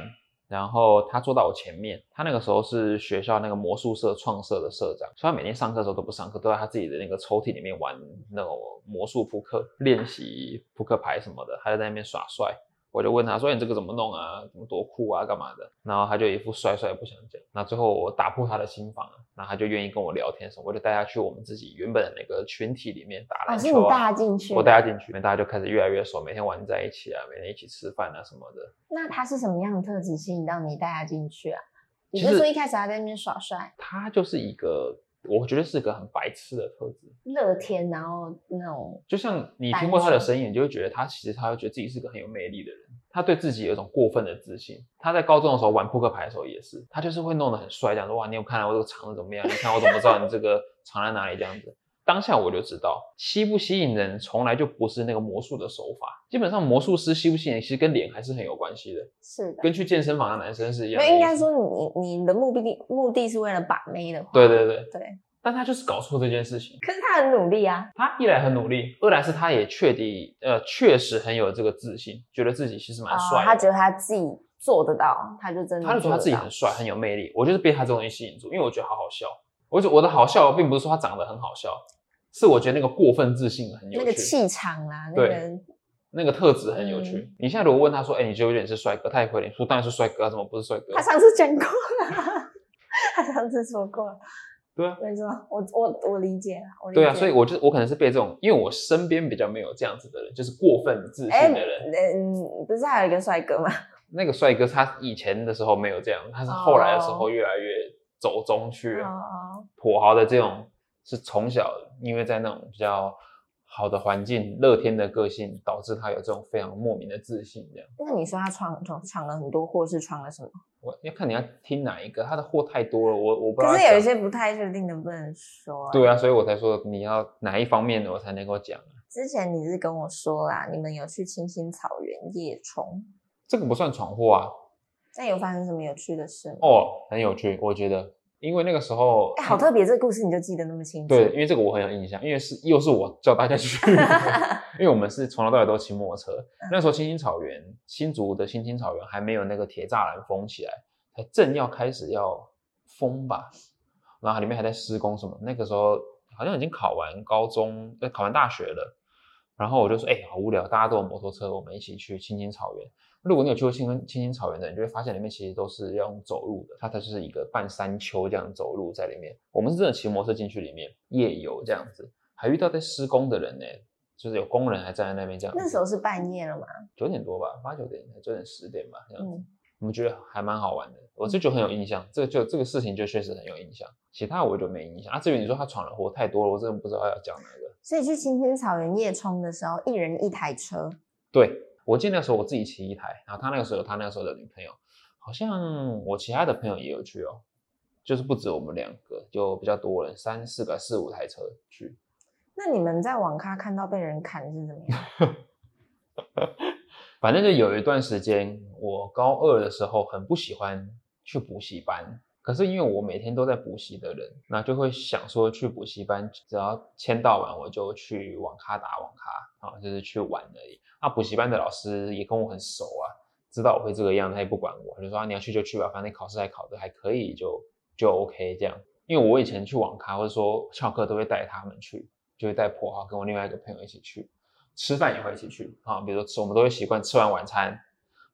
Speaker 1: 然后他坐到我前面，他那个时候是学校那个魔术社创社的社长，所以他每天上课的时候都不上课，都在他自己的那个抽屉里面玩那种魔术扑克，练习扑克牌什么的，他就在那边耍帅。我就问他说：“你这个怎么弄啊？怎么多酷啊？干嘛的？”然后他就一副帅帅不想讲。那最后我打破他的心防了，然后他就愿意跟我聊天什么，我就带他去我们自己原本的那个群体里面打
Speaker 2: 哦，
Speaker 1: 篮
Speaker 2: 是
Speaker 1: 球、啊。
Speaker 2: 你带他进去，
Speaker 1: 我带他进去，大家就开始越来越熟，每天玩在一起啊，每天一起吃饭啊什么的。
Speaker 2: 那他是什么样的特质吸引到你带他进去啊？你
Speaker 1: 其
Speaker 2: 不是
Speaker 1: 实
Speaker 2: 说一开始他在那边耍帅、
Speaker 1: 他就是一个，我觉得是个很白痴的特质。
Speaker 2: 乐天，然后那种
Speaker 1: 就像你
Speaker 2: 白
Speaker 1: 听过他的
Speaker 2: 痴
Speaker 1: 声音，你就会觉得他其实他会觉得自己是个很有魅力的人，他对自己有一种过分的自信。他在高中的时候玩扑克牌的时候也是，他就是会弄得很帅，讲说哇，你有看到我这个藏的怎么样？你看我怎么知道你这个藏在哪里？这样子。当下我就知道，吸不吸引人从来就不是那个魔术的手法。基本上魔术师吸不吸引人，其实跟脸还是很有关系的，
Speaker 2: 是的。
Speaker 1: 跟去健身房的男生是一样
Speaker 2: 没
Speaker 1: 的意思。
Speaker 2: 有，应该说你你你的目的地目的是为了把妹的话，
Speaker 1: 对对对，
Speaker 2: 对。
Speaker 1: 但他就是搞错这件事情。
Speaker 2: 可是他很努力啊，
Speaker 1: 他一来很努力，二来是他也确定，呃，确实很有这个自信，觉得自己其实蛮帅的、
Speaker 2: 哦他觉得他自己做得到，他就真的
Speaker 1: 他就觉
Speaker 2: 做
Speaker 1: 得他
Speaker 2: 得
Speaker 1: 自己
Speaker 2: 到
Speaker 1: 很帅，很有魅力。我就是被他这种东西吸引住，因为我觉得好好笑。我觉得我的好笑，并不是说他长得很好笑，是我觉得那个过分自信很有趣，
Speaker 2: 那个气场啦，那
Speaker 1: 对
Speaker 2: 个
Speaker 1: 那个特质很有趣。
Speaker 2: 嗯
Speaker 1: 你现在如果问他说，哎，你觉得有点是帅哥，他也会脸说当然是帅哥啊，怎么不是帅哥
Speaker 2: 他？上次讲过了， 他上次说过了，
Speaker 1: 对啊，
Speaker 2: 没错，我我我理解了，我理解
Speaker 1: 对啊，所以我就我可能是被这种，因为我身边比较没有这样子的人，就是过分自
Speaker 2: 哎，
Speaker 1: 信的人。
Speaker 2: 嗯，不是还有一个帅哥吗？
Speaker 1: 那个帅哥他以前的时候没有这样，他是后来的时候越来越走中去了。
Speaker 2: 哦，
Speaker 1: 土豪的这种是从小因为在那种比较好的环境、乐天的个性，导致他有这种非常莫名的自信。这样，
Speaker 2: 那你说他闯闯闯了很多祸，是闯了什么？
Speaker 1: 我要看你要听哪一个，他的货太多了，我我不知道
Speaker 2: 可
Speaker 1: 要讲。
Speaker 2: 是有一些不太确定能不能说。
Speaker 1: 对啊，所以我才说你要哪一方面的我才能够讲。啊
Speaker 2: 之前你是跟我说啦，你们有去清新草原夜冲，
Speaker 1: 这个不算闯祸啊，
Speaker 2: 那有发生什么有趣的事吗？
Speaker 1: 哦，很有趣，我觉得，因为那个时候，
Speaker 2: 哎，好特别，这个故事你就记得那么清楚。
Speaker 1: 对，因为这个我很有印象，因为是又是我叫大家去，因为我们是从头到尾都骑摩托车。那时候青青草原，新竹的青青草原还没有那个铁栅栏封起来，才正要开始要封吧，然后里面还在施工什么。那个时候好像已经考完高中，呃，考完大学了。然后我就说，哎、好无聊，大家都有摩托车，我们一起去青青草原。如果你有去过青青青草原的，你就会发现里面其实都是要用走路的，它它就是一个半山丘这样走路在里面。我们是真的骑摩托车进去里面夜游这样子，还遇到在施工的人呢、就是有工人还站在那边这样子。
Speaker 2: 那时候是半夜了嘛？
Speaker 1: 九点多吧，八九点、九点十点吧这样子。
Speaker 2: 嗯，
Speaker 1: 我们觉得还蛮好玩的，我这就很有印象，这个就这个事情就确实很有印象，其他我就没印象啊。至于你说他闯了祸太多了，我真的不知道要讲哪个。
Speaker 2: 所以去清新草原夜冲的时候，一人一台车，
Speaker 1: 对我记得那时候我自己骑一台，然后他那个时候有他那个时候的女朋友，好像我其他的朋友也有去哦，就是不止我们两个，就比较多人，三四个、四五台车去。
Speaker 2: 那你们在网咖看到被人砍是怎么 样？
Speaker 1: 反正就有一段时间，我高二的时候很不喜欢去补习班，可是因为我每天都在补习的人，那就会想说去补习班，只要签到完我就去网咖打网咖啊，就是去玩而已。那补习班的老师也跟我很熟啊，知道我会这个样，他也不管我，就说、啊、你要去就去吧，反正你考试还考得还可以，就就 OK 这样。因为我以前去网咖或者说翘课都会带他们去，就会带破号啊跟我另外一个朋友一起去。吃饭也会一起去啊，比如说吃我们都会习惯吃完晚餐，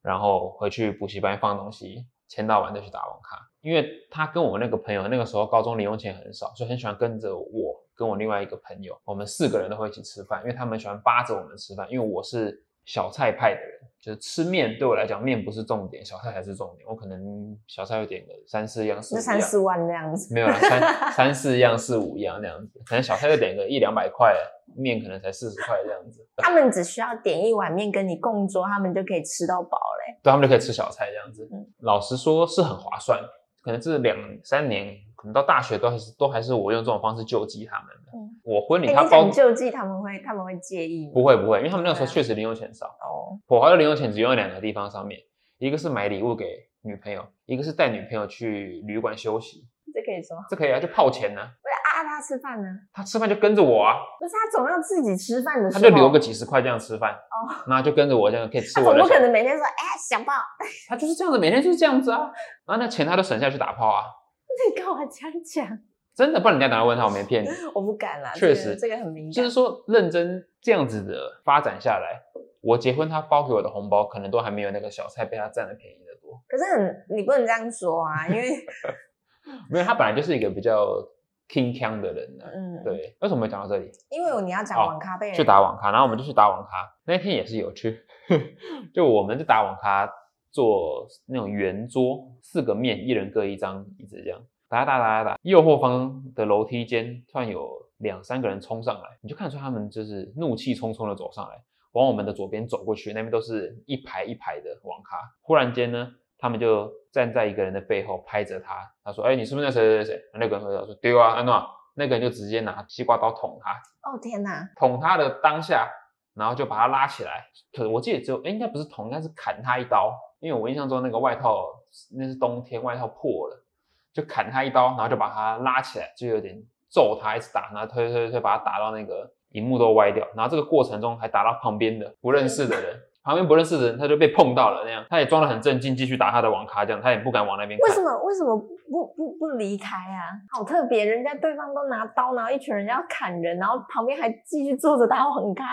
Speaker 1: 然后回去补习班放东西，签到完再去打网咖。因为他跟我那个朋友，那个时候高中零用钱很少，所以很喜欢跟着我跟我另外一个朋友，我们四个人都会一起吃饭，因为他们喜欢扒着我们吃饭，因为我是小菜派的人。就是吃面对我来讲，面不是重点，小菜才是重点。我可能小菜会点个三四样、四五
Speaker 2: 就
Speaker 1: 样，
Speaker 2: 三四万这 样子。
Speaker 1: 没有啦，三三四样、四五样那样子，可能小菜就点个一两百块，面可能才四十块这样子，
Speaker 2: 他们只需要点一碗面跟你共桌，他们就可以吃到饱嘞。
Speaker 1: 对他们就可以吃小菜这样子
Speaker 2: 嗯。
Speaker 1: 老实说是很划算，可能这两三年，可能到大学都还是都还是我用这种方式救济他们的。
Speaker 2: 嗯
Speaker 1: 我婚礼
Speaker 2: 哎
Speaker 1: 他
Speaker 2: 你
Speaker 1: 包
Speaker 2: 讲救济他们会，他们会介意吗？
Speaker 1: 不会不会，因为他们那个时候
Speaker 2: 对啊
Speaker 1: 确实零用钱少，
Speaker 2: 哦，
Speaker 1: 我还有零用钱只用在两个地方上面，一个是买礼物给女朋友，一个是带女朋友去旅馆休息，
Speaker 2: 这可以说。
Speaker 1: 这可以啊，就泡钱呢、
Speaker 2: 不是啊，他吃饭呢？
Speaker 1: 他吃饭就跟着我啊，
Speaker 2: 不是他总要自己吃饭的时
Speaker 1: 他
Speaker 2: 候，
Speaker 1: 就留个几十块这样吃饭，
Speaker 2: 哦
Speaker 1: 那就跟着我这样可以吃
Speaker 2: 他
Speaker 1: 我
Speaker 2: 总
Speaker 1: 的
Speaker 2: 不
Speaker 1: 小
Speaker 2: 可能每天说哎想抱，
Speaker 1: 他就是这样子，每天就是这样子啊。然后那钱他都省下去打炮啊，
Speaker 2: 你跟我讲讲，
Speaker 1: 真的，不然人家哪会问他？我没骗你，
Speaker 2: 我不敢啦。
Speaker 1: 确
Speaker 2: 这个
Speaker 1: 实
Speaker 2: 这个很敏
Speaker 1: 就
Speaker 2: 感
Speaker 1: 是。说认真这样子的发展下来，我结婚他包给我的红包，可能都还没有那个小菜被他占了便宜的多。
Speaker 2: 可是很，你不能这样说啊，因为
Speaker 1: 没有，他本来就是一个比较 king 腔的人呢、啊
Speaker 2: 嗯，，
Speaker 1: 对，为什么会讲到这里？
Speaker 2: 因为你要讲
Speaker 1: 哦
Speaker 2: 网咖被人
Speaker 1: 去打网咖，然后我们就去打网咖。那天也是有趣， 就我们就打网咖，做那种圆桌，四个面，一人各一张椅子这样打打打打打。右后方的楼梯间突然有两三个人冲上来，你就看出他们就是怒气冲冲的走上来，往我们的左边走过去，那边都是一排一排的网咖。忽然间呢。他们就站在一个人的背后拍着他，他说：“哎、你是不是那谁谁谁谁？”那个人回答说：“对啊，安诺。”那个人就直接拿西瓜刀捅他，
Speaker 2: 哦天哪，
Speaker 1: 捅他的当下，然后就把他拉起来。可我记得只有，哎，应该不是捅，应该是砍他一刀。因为我印象中那个外套那是冬天，外套破了，就砍他一刀，然后就把他拉起来，就有点揍他，一直打，然后推推推推，把他打到那个荧幕都歪掉。然后这个过程中还打到旁边的不认识的人，旁边不认识的人他就被碰到了那样，他也装得很震惊，继续打他的网咖，这样他也不敢往那边
Speaker 2: 为
Speaker 1: 看
Speaker 2: 什。么为什么不不不离开啊？好特别，人家对方都拿刀，然后一群人要砍人，然后旁边还继续坐着打网咖，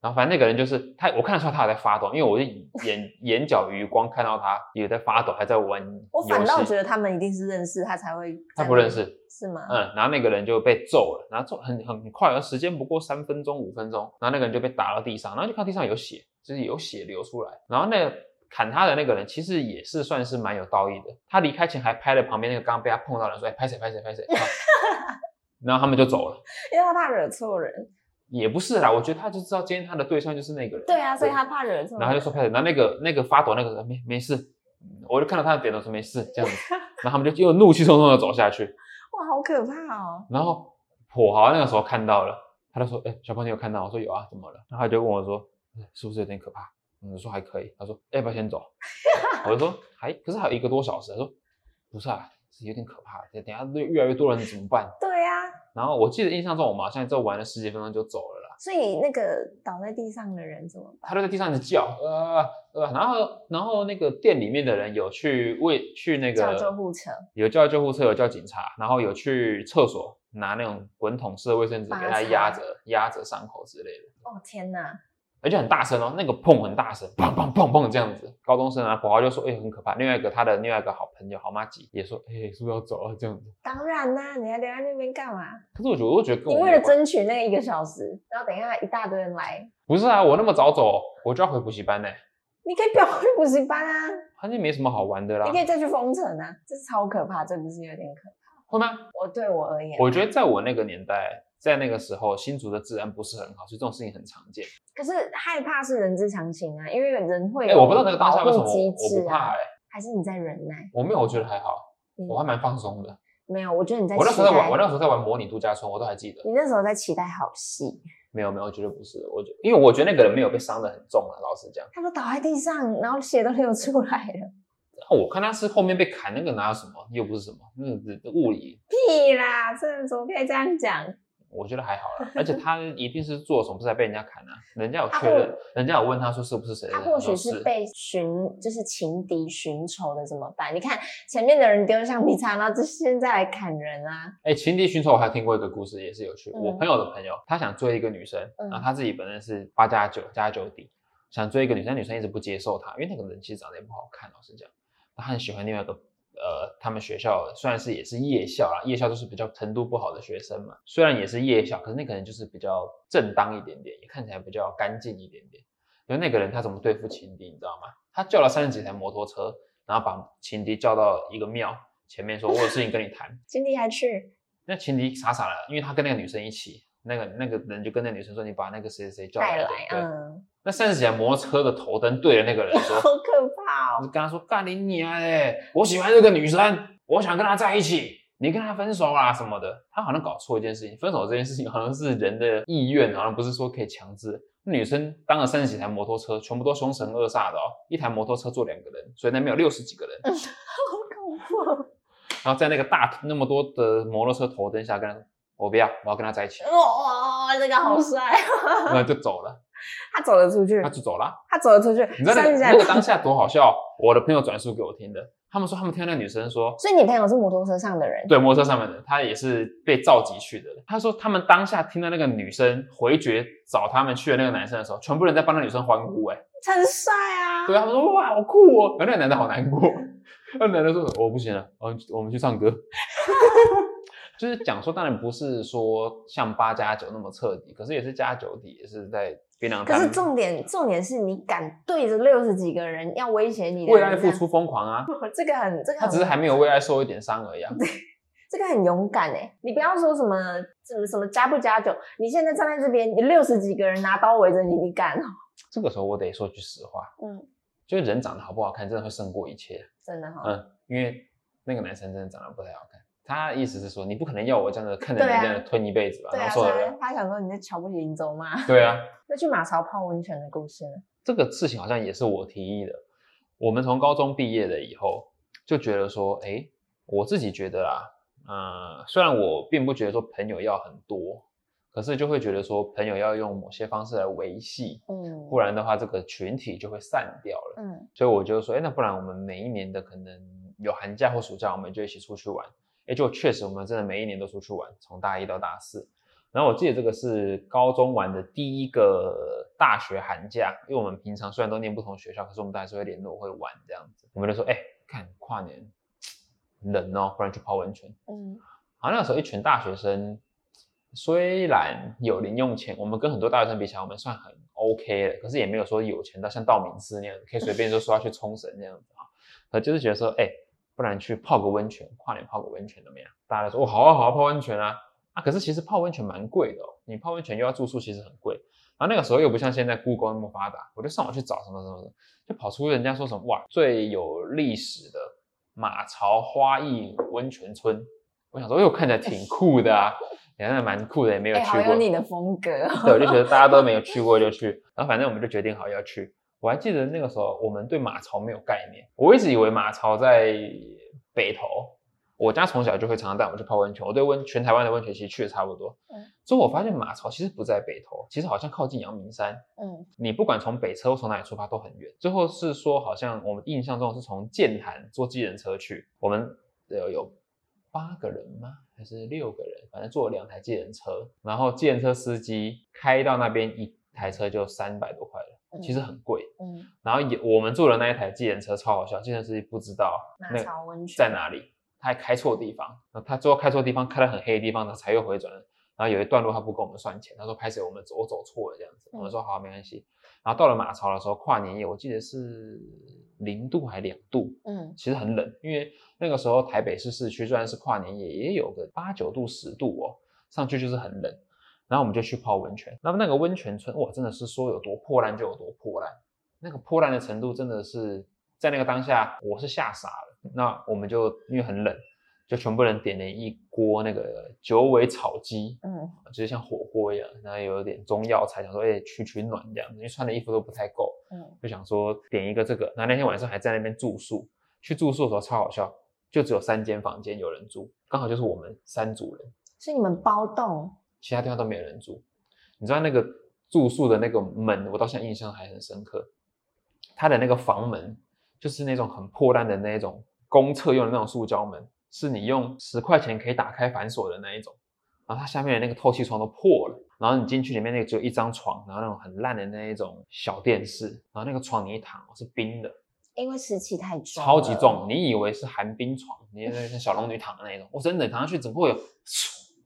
Speaker 1: 然后反正那个人就是他，我看得出来他还在发抖，因为我就 眼眼角余光看到他也在发抖，还在玩
Speaker 2: 我
Speaker 1: 游
Speaker 2: 反倒
Speaker 1: 戏
Speaker 2: 觉得他们一定是认识他才会，
Speaker 1: 他不认，识，
Speaker 2: 是吗？
Speaker 1: 嗯，然后那个人就被揍了，然后揍很很快，而时间不过三分钟五分钟，然后那个人就被打到地上，然后就看地上有血，就是有血流出来，然后那个砍他的那个人其实也是算是蛮有道义的，他离开前还拍了旁边那个刚刚被他碰到的人说，哎，拍谁拍谁 拍谁，啊然后他们就走了，
Speaker 2: 因为他怕惹错人，
Speaker 1: 也不是啦，我觉得他就知道今天他的对象就是那个人，
Speaker 2: 对啊，所以他怕惹错
Speaker 1: 然
Speaker 2: 人，
Speaker 1: 后他就说拍手，然后那个那个发抖那个人没没事，我就看到他的点头说没事这样子， 然后他们就又怒气冲冲的走下去，
Speaker 2: 哇，好可怕哦，
Speaker 1: 然后我好像那个时候看到了，他就说，哎、小朋友有看到，我说有啊，怎么了？然后他就问我说，嗯是不是有点可怕？嗯我说还可以，他说哎要不要先走？我就说还，可是还有一个多小时，他说不是啊，是有点可怕，等等下越越来越多人怎么办？
Speaker 2: 对啊，
Speaker 1: 然后我记得印象中我们好像就玩了十几分钟就走了啦。
Speaker 2: 所以那个倒在地上的人怎么办？
Speaker 1: 他就在地上一直叫，呃呃，然后然后那个店里面的人有去为去那个
Speaker 2: 叫救护车，
Speaker 1: 有叫救护车，有叫警察，然后有去厕所拿那种滚筒式的卫生纸
Speaker 2: 把
Speaker 1: 给
Speaker 2: 它
Speaker 1: 他
Speaker 2: 擦
Speaker 1: 压着压着伤口之类的，
Speaker 2: 哦天哪，
Speaker 1: 而且很大声哦，那个砰很大声，砰砰砰砰这样子。高中生啊，普豪就说，哎、很可怕。另外一个他的另外一个好朋友好妈吉也说，哎、是不是要走啊这样子？
Speaker 2: 当然啦、你还留在那边干嘛？
Speaker 1: 可是我觉得，我觉得跟
Speaker 2: 你
Speaker 1: 我
Speaker 2: 为
Speaker 1: 没
Speaker 2: 了
Speaker 1: 有关
Speaker 2: 争取那个一个小时，然后等一下一大堆人来，
Speaker 1: 不是啊，我那么早走，我就要回补习班呢、
Speaker 2: 你可以不要去补习班啊，
Speaker 1: 好像没什么好玩的啦
Speaker 2: 你可，以再去封城啊，这超可怕，这不是有点可怕？
Speaker 1: 会吗？
Speaker 2: 我对我而言，
Speaker 1: 我觉得在我那个年代，在那个时候，新竹的治安不是很好，所以这种事情很常见。
Speaker 2: 可是害怕是人之常情啊，因为人会
Speaker 1: 哎、
Speaker 2: 有
Speaker 1: 我不知道那个当下为什么
Speaker 2: 保
Speaker 1: 我
Speaker 2: 护机
Speaker 1: 我
Speaker 2: 制
Speaker 1: 不怕、
Speaker 2: 啊
Speaker 1: 哎，，
Speaker 2: 还是你在忍耐？
Speaker 1: 我没有，我觉得还好，
Speaker 2: 嗯
Speaker 1: 我还蛮放松的。
Speaker 2: 没有，我觉得你在
Speaker 1: 我那
Speaker 2: 期
Speaker 1: 时候在玩，我
Speaker 2: 待，
Speaker 1: 那时候在玩模拟度假村，我都还记得。
Speaker 2: 你那时候在期待好戏。
Speaker 1: 没有没有，绝对不是。我觉因为我觉得那个人没有被伤得很重啊，老实讲。
Speaker 2: 他都倒在地上，然后血都流出来了。
Speaker 1: 哦我看他是后面被砍，那个哪有什么，又不是什么，那个只物理，
Speaker 2: 屁啦，这怎么可以这样讲？
Speaker 1: 我觉得还好啦。而且他一定是做什么事才被人家砍啊，人家有
Speaker 2: 他
Speaker 1: 确
Speaker 2: 或
Speaker 1: 认，人家有问他说是不是谁的
Speaker 2: 他
Speaker 1: 人，
Speaker 2: 或许
Speaker 1: 说
Speaker 2: 是被寻，就是情敌寻仇的，怎么办？你看前面的人丢橡皮擦，然后这现在来砍人啊！
Speaker 1: 哎，情敌寻仇，我还听过一个故事，也是有趣。
Speaker 2: 嗯
Speaker 1: 我朋友的朋友，他想追一个女生，
Speaker 2: 嗯
Speaker 1: 然后他自己本身是八加九加九底，想追一个女生，女生一直不接受他，因为那个人其实长得也不好看，哦老实讲。他很喜欢另外一个呃，他们学校虽然是也是夜校啦，夜校就是比较程度不好的学生嘛，虽然也是夜校，可是那个人就是比较正当一点点，也看起来比较干净一点点。就那个人他怎么对付情敌，你知道吗？他叫了三十几台摩托车，然后把情敌叫到一个庙前面说：“我有事情跟你谈。
Speaker 2: 今天还去，”
Speaker 1: 那情敌傻傻的，因为他跟那个女生一起，那个那个人就跟那女生说：“你把那个谁谁谁叫
Speaker 2: 带
Speaker 1: 来。”
Speaker 2: 来，
Speaker 1: 对，啊
Speaker 2: 嗯，
Speaker 1: 那三十几台摩托车的头灯对着那个人说
Speaker 2: 好：“可怕
Speaker 1: 我
Speaker 2: 哦，
Speaker 1: 就跟他说：“干你娘嘞！我喜欢这个女生，我想跟她在一起，你跟她分手啊什么的。”他好像搞错一件事情，分手这件事情好像是人的意愿，好像不是说可以强制。女生当了三十几台摩托车，全部都凶神恶煞的哦，一台摩托车坐两个人，所以那边有六十几个人。
Speaker 2: 嗯好恐怖哦
Speaker 1: 然后在那个大那么多的摩托车头灯下，跟他说：“我不要，我要跟她在一起。
Speaker 2: 哇、这个好帅 哦！”
Speaker 1: 然后就走了，
Speaker 2: 他走得出去
Speaker 1: 嗯他，就走了。
Speaker 2: 他走得出去
Speaker 1: 你，知道那
Speaker 2: 三
Speaker 1: 个
Speaker 2: 十
Speaker 1: 那个
Speaker 2: 下。
Speaker 1: 当下多好笑？我的朋友转述给我听的，他们说他们听到那个女生说：“
Speaker 2: 所以你朋友是摩托车上的人，
Speaker 1: 对，摩托车上面的，他也是被召集去的。他说他们当下听到那个女生回绝找他们去的那个男生的时候，全部人在帮那女生欢呼、欸，哎，
Speaker 2: 很帅啊！
Speaker 1: 对，他们说哇好酷哦，然后那个男的好难过，那个男的说我、不行了，我我们去唱歌。 就是讲说，当然不是说像八加九那么彻底，可是也是加九底，也是在非常
Speaker 2: 可是重点重点是你敢对着六十几个人要威胁你的
Speaker 1: 为
Speaker 2: 人
Speaker 1: 爱付出疯狂啊，
Speaker 2: 这样，这个很这个
Speaker 1: 他
Speaker 2: 很
Speaker 1: 只是还没有为爱受一点伤而已、啊。
Speaker 2: 这个很勇敢哎、你不要说什么什么什么加不加酒，你现在站在这边，你六十几个人拿刀围着你，你敢哦？
Speaker 1: 这个时候我得说句实话，
Speaker 2: 嗯，
Speaker 1: 就是人长得好不好看，真的会胜过一切。
Speaker 2: 真的哈、
Speaker 1: 嗯，因为那个男生真的长得不太好看。他意思是说，你不可能要我这样子看着
Speaker 2: 对
Speaker 1: 你
Speaker 2: 啊
Speaker 1: 这样子吞一辈子吧？
Speaker 2: 对
Speaker 1: 然
Speaker 2: 啊，
Speaker 1: 后说
Speaker 2: 所以
Speaker 1: 的，
Speaker 2: 他想说你在瞧不起林州吗？
Speaker 1: 对啊，
Speaker 2: 那去马槽泡温泉的故事呢？
Speaker 1: 这个事情好像也是我提议的。我们从高中毕业了以后，就觉得说，哎，我自己觉得啊，嗯，虽然我并不觉得说朋友要很多，可是就会觉得说朋友要用某些方式来维系，
Speaker 2: 嗯，
Speaker 1: 不然的话这个群体就会散掉了。
Speaker 2: 嗯
Speaker 1: 所以我就说，哎，那不然我们每一年的可能有寒假或暑假，我们就一起出去玩。哎，就确实我们真的每一年都出去玩，从大一到大四。然后我记得这个是高中玩的第一个大学寒假，因为我们平常虽然都念不同学校，可是我们都还是会联络、会玩这样子。我们就说，哎，看跨年冷哦，不然去泡温泉。
Speaker 2: 嗯，
Speaker 1: 好，那时候一群大学生，虽然有零用钱，我们跟很多大学生比起来，我们算很 OK 了，可是也没有说有钱到像道明寺那样，可以随便就说要去冲绳那样子啊。呃，就是觉得说，哎、不然去泡个温泉，跨年泡个温泉怎么样？大家都说，哦，好啊，好啊，泡温泉啊。啊，可是其实泡温泉蛮贵的哦，你泡温泉又要住宿，其实很贵。然后那个时候又不像现在 Google 那么发达，我就上网去找什么什么什么，就跑出人家说什么哇，最有历史的马槽花艺温泉村。我想说，哎呦，看起来挺酷的啊， 也真的蛮酷的，也没有
Speaker 2: 哎、
Speaker 1: 去
Speaker 2: 好
Speaker 1: 过。
Speaker 2: 有你的风格哦、
Speaker 1: 对，我就觉得大家都没有去过就去，然后反正我们就决定好要去。我还记得那个时候我们对马槽没有概念，我一直以为马槽在北投，我家从小就会常常带我们去泡温泉，我对温全台湾的温泉其实去的差不多
Speaker 2: 嗯。
Speaker 1: 所以我发现马槽其实不在北投，其实好像靠近阳明山。
Speaker 2: 嗯，
Speaker 1: 你不管从北车或从哪里出发都很远。最后是说，好像我们印象中是从剑潭坐机人车去，我们呃有八个人吗？还是六个人？反正坐了两台机人车，然后机人车司机开到那边一台车就三百多块了，其实很贵。
Speaker 2: 嗯，
Speaker 1: 然后也我们坐的那一台机人车超好笑，计程司机不知道
Speaker 2: 马
Speaker 1: 那个
Speaker 2: 槽温泉
Speaker 1: 在哪里，他还开错地方，然后他最后开错地方，开到很黑的地方，他才又回转了。然后有一段路他不跟我们算钱，他说拍谁我们走我走错了这样子，我们说好没关系。然后到了马槽的时候，跨年夜我记得是零度还两度，
Speaker 2: 嗯
Speaker 1: 其实很冷，因为那个时候台北市市区虽然是跨年夜，也有个八九度、十度哦，上去就是很冷。然后我们就去泡温泉，那么那个温泉村哇，真的是说有多破烂就有多破烂，那个破烂的程度真的是在那个当下我是吓傻了。那我们就因为很冷，就全部人点了一锅那个九尾草鸡，
Speaker 2: 嗯，
Speaker 1: 就是像火锅一样，然后有点中药材，想说哎取取暖这样子，因为穿的衣服都不太够。
Speaker 2: 嗯，
Speaker 1: 就想说点一个这个。那那天晚上还在那边住宿，去住宿的时候超好笑，就只有三间房间有人住，刚好就是我们三组人，
Speaker 2: 是你们包栋，
Speaker 1: 其他地方都没有人住。你知道那个住宿的那个门，我到现在印象还很深刻，它的那个房门就是那种很破烂的那种公厕用的那种塑胶门，是你用十块钱可以打开反锁的那一种。然后它下面的那个透气窗都破了，然后你进去里面那个只有一张床，然后那种很烂的那一种小电视，然后那个床你一躺是冰的，
Speaker 2: 因为湿气太重，
Speaker 1: 超级重，。你以为是寒冰床，你以为是小龙女躺的那一种，我真的躺上去怎么会有，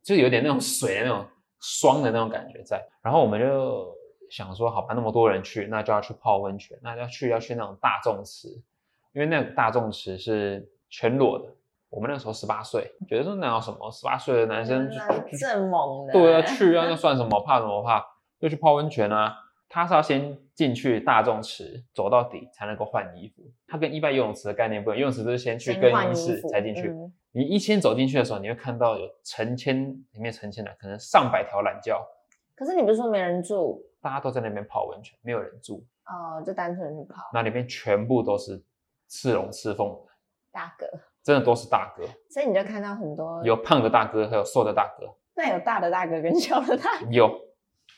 Speaker 1: 就有点那种水的那种霜的那种感觉在。然后我们就想说，好吧，那么多人去，那就要去泡温泉，那要去要去那种大众池，因为那个大众池是全裸的。我们那时候十八岁，觉得说哪有什么，十八岁的男生就就
Speaker 2: 嗯正猛的，
Speaker 1: 对啊，去啊，那算什么？怕什么怕？就去泡温泉啊。他是要先进去大众池走到底才能够换衣服，它跟一般游泳池的概念不一样，游泳池就是先去
Speaker 2: 先
Speaker 1: 更
Speaker 2: 换
Speaker 1: 衣
Speaker 2: 衣
Speaker 1: 室
Speaker 2: 服
Speaker 1: 才进去。
Speaker 2: 嗯
Speaker 1: 你一先走进去的时候，你会看到有成千里面成千的，可能上百条懒觉，
Speaker 2: 可是你不是说没人住
Speaker 1: 大家都在那边泡温泉，没有人住，
Speaker 2: 哦，就单纯去跑
Speaker 1: 那里面全部都是赤龙赤凤的，
Speaker 2: 大哥，
Speaker 1: 真的都是大哥，
Speaker 2: 所以你就看到很多
Speaker 1: 有胖的大哥，还有瘦的大哥，
Speaker 2: 那有大的大哥跟小的大哥，
Speaker 1: 有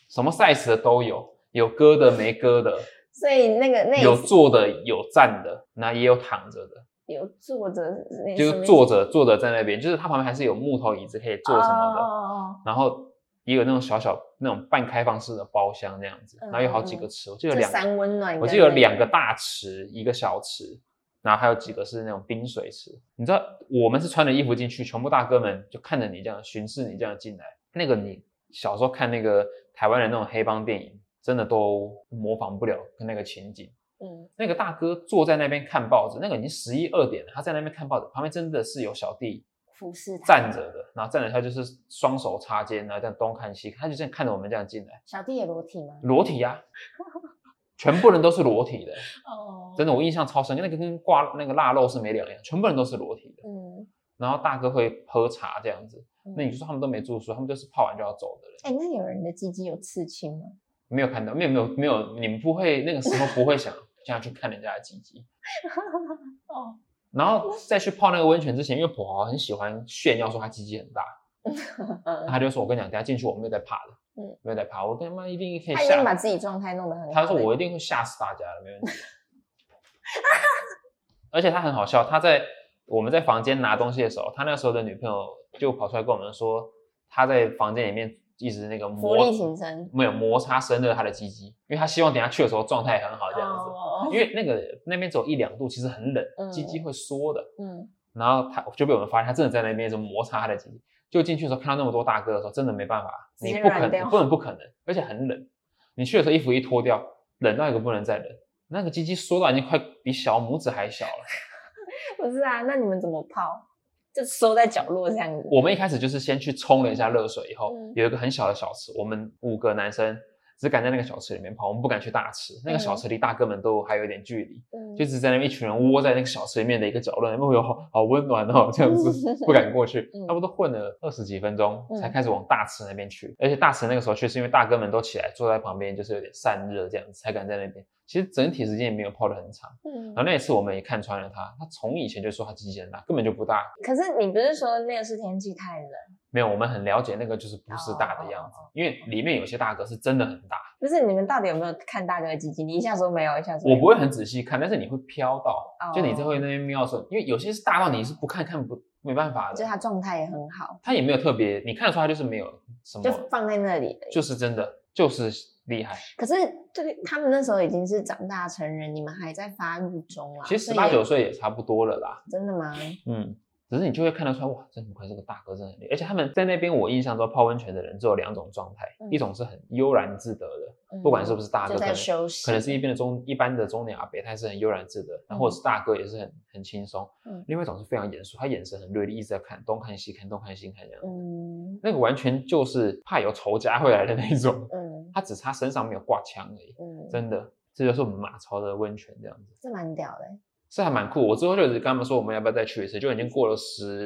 Speaker 1: 什么 size 的都有，有割的没割的。
Speaker 2: 所以那个那一
Speaker 1: 有坐的，有站的，那也有躺着的，
Speaker 2: 有坐着，那
Speaker 1: 就
Speaker 2: 什么
Speaker 1: 是坐着坐着在那边，就是它旁边还是有木头椅子可以坐什么的，
Speaker 2: 哦哦哦
Speaker 1: 然后也有那种小小那种半开放式的包厢那样子，然后有好几个池，我记
Speaker 2: 哦
Speaker 1: 得有两
Speaker 2: 就三
Speaker 1: 个，
Speaker 2: 温暖，
Speaker 1: 我记得有两个，大池，一个小池，然后还有几个是那种冰水池。你知道我们是穿着衣服进去，全部大哥们就看着你这样巡视你这样进来，那个你小时候看那个台湾的那种黑帮电影，真的都模仿不了那个情景。
Speaker 2: 嗯，
Speaker 1: 那个大哥坐在那边看报纸，那个已经十一二点了，他在那边看报纸，旁边真的是有小弟
Speaker 2: 服侍他
Speaker 1: 站着，的，然后站着他就是双手插肩，然后这样东看西看，他就这样看着我们这样进来，
Speaker 2: 小弟也裸体吗？
Speaker 1: 裸体呀、全部人都是裸体的，
Speaker 2: 哦
Speaker 1: 真的我印象超深，那个跟挂那个腊肉是没两样，全部人都是裸体的。
Speaker 2: 嗯，
Speaker 1: 然后大哥会喝茶这样子，
Speaker 2: 嗯
Speaker 1: 那你就说他们都没住宿，他们就是泡完就要走的人，
Speaker 2: 哎，那有人的鸡鸡有刺青吗？
Speaker 1: 没有看到，没有没有没有，你们不会那个时候不会想 这样去看人家的鸡鸡，
Speaker 2: 哦，
Speaker 1: 然后再去泡那个温泉之前，因为普豪很喜欢炫耀说他鸡鸡很大，
Speaker 2: 嗯
Speaker 1: 他就说：“我跟你讲，等下进去我没有在怕的，
Speaker 2: 嗯
Speaker 1: 没有在怕，我跟他妈一定可以
Speaker 2: 他已经把
Speaker 1: 吓。
Speaker 2: 自己状态弄得很”好。
Speaker 1: 他说：“我一定会吓死大家的，没问题。” 而且他很好笑，他在我们在房间拿东西的时候，他那时候的女朋友就跑出来跟我们说，他在房间里面一直那个
Speaker 2: 福
Speaker 1: 磨
Speaker 2: 利挺身
Speaker 1: 没有摩擦生热他的鸡鸡，因为他希望等下去的时候状态很好这样子，
Speaker 2: 子
Speaker 1: 因为那个那边只有一两度，其实很冷，
Speaker 2: 哦嗯
Speaker 1: 鸡鸡会缩的。
Speaker 2: 嗯，
Speaker 1: 然后他就被我们发现，他真的在那边就摩擦他的鸡鸡。就进去的时候看到那么多大哥的时候，真的没办法，
Speaker 2: 直接
Speaker 1: 你不可
Speaker 2: 软
Speaker 1: 能，
Speaker 2: 掉
Speaker 1: 不能不可能，而且很冷。你去的时候衣服一脱掉，冷到一个不能再冷，那个鸡鸡缩到已经快比小拇指还小了。
Speaker 2: 不是啊，那你们怎么泡？就收在角落这样子。
Speaker 1: 我们一开始就是先去冲了一下热水，以后、
Speaker 2: 嗯
Speaker 1: 有一个很小的小池，我们五个男生只敢在那个小池里面泡，我们不敢去大池，那个小池离大哥们都还有一点距离。
Speaker 2: 嗯
Speaker 1: 就只在那边一群人窝在那个小池里面的一个角落，那边会有好好温暖哦，这样 子不敢过去
Speaker 2: 嗯，
Speaker 1: 差不多混了二十几分钟
Speaker 2: 嗯
Speaker 1: 才开始往大池那边去，而且大池那个时候去是因为大哥们都起来坐在旁边，就是有点散热这样子才敢在那边。其实整体时间也没有泡得很长，
Speaker 2: 嗯
Speaker 1: 然后那一次我们也看穿了他，他从以前就说他鸡鸡很大，根本就不大，
Speaker 2: 可是你不是说那个是天气太冷？
Speaker 1: 没有，我们很了解那个就是不是大的样
Speaker 2: 哦
Speaker 1: 子，因为里面有些大哥是真的很大，
Speaker 2: 不是你们到底有没有看大哥的鸡鸡？你一下说没有，一下说
Speaker 1: 我
Speaker 2: 有
Speaker 1: 不会很仔细看，但是你会飘到，就你在
Speaker 2: 哦
Speaker 1: 会那边瞄的时候，因为有些是大到你是不看看不没办法的，
Speaker 2: 就他状态也很好，
Speaker 1: 他也没有特别，你看得出他就是没有什么，
Speaker 2: 就放在那里而已。
Speaker 1: 就是真的就是厉害。
Speaker 2: 可是对他们那时候已经是长大成人，你们还在发育中啊。
Speaker 1: 其实
Speaker 2: 所
Speaker 1: 十
Speaker 2: 以
Speaker 1: 八九岁也差不多了啦，
Speaker 2: 真的吗？
Speaker 1: 嗯，只是你就会看得出来，哇，真不愧是个大哥，真的很厉害。而且他们在那边，我印象中泡温泉的人只有两种状态，
Speaker 2: 嗯
Speaker 1: 一种是很悠然自得的，
Speaker 2: 嗯
Speaker 1: 不管是不是大哥，
Speaker 2: 就
Speaker 1: 可
Speaker 2: 在
Speaker 1: 能
Speaker 2: 休息，
Speaker 1: 可能是一边的中一般的中年阿伯，他也是很悠然自得，然后或者是大哥也是很很轻松。
Speaker 2: 嗯
Speaker 1: 另外一种是非常严肃，他眼神很锐利，一直在看东看西看东看西看这样。
Speaker 2: 嗯
Speaker 1: 那个完全就是怕有仇家会来的那一种，
Speaker 2: 嗯
Speaker 1: 他只差身上没有挂枪而已。
Speaker 2: 嗯，
Speaker 1: 真的，这就是我们马超的温泉这样子，
Speaker 2: 这蛮屌的，
Speaker 1: 是还蛮酷。我之后就一直跟他们说我们要不要再去一次，就已经过了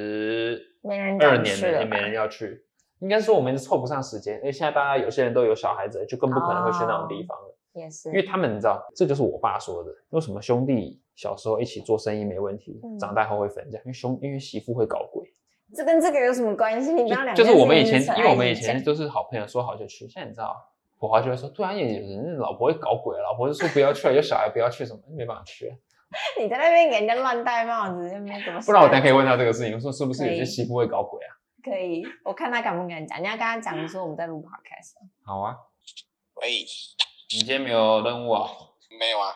Speaker 1: 十
Speaker 2: 没人
Speaker 1: 二
Speaker 2: 敢
Speaker 1: 年
Speaker 2: 去
Speaker 1: 了，
Speaker 2: 了
Speaker 1: 也
Speaker 2: 吧
Speaker 1: 没人要去。应该说我们一直凑不上时间，因为现在大家有些人都有小孩子了，就更不可能会去那种地方了。
Speaker 2: 也是，
Speaker 1: 因为他们你知道，这就是我爸说的，为什么兄弟小时候一起做生意没问题，
Speaker 2: 嗯
Speaker 1: 长大后会分家，因为兄因为媳妇会搞鬼。
Speaker 2: 这跟这个有什么关系？你不要两
Speaker 1: 就就是
Speaker 2: 件
Speaker 1: 我们
Speaker 2: 事
Speaker 1: 以
Speaker 2: 情
Speaker 1: 前
Speaker 2: 扯，在
Speaker 1: 因为我们
Speaker 2: 一
Speaker 1: 以
Speaker 2: 起
Speaker 1: 前
Speaker 2: 讲
Speaker 1: 都是好朋友，说好就去。现在你知道，普华就会说，对啊，有人老婆会搞鬼啊，老婆就说不要去啊，有小孩不要去什么，没办法去啊。
Speaker 2: 你在那边给人家乱戴帽子，就没怎么。啊
Speaker 1: 不然我等下可以问他这个事情，说是不是有
Speaker 2: 可
Speaker 1: 些
Speaker 2: 以
Speaker 1: 媳妇会搞鬼啊？
Speaker 2: 可以，我看他敢不敢讲。你要跟他讲说我们在录 podcast，
Speaker 1: 好啊，
Speaker 3: 喂，
Speaker 1: 你今天没有任务啊？
Speaker 3: 没有啊，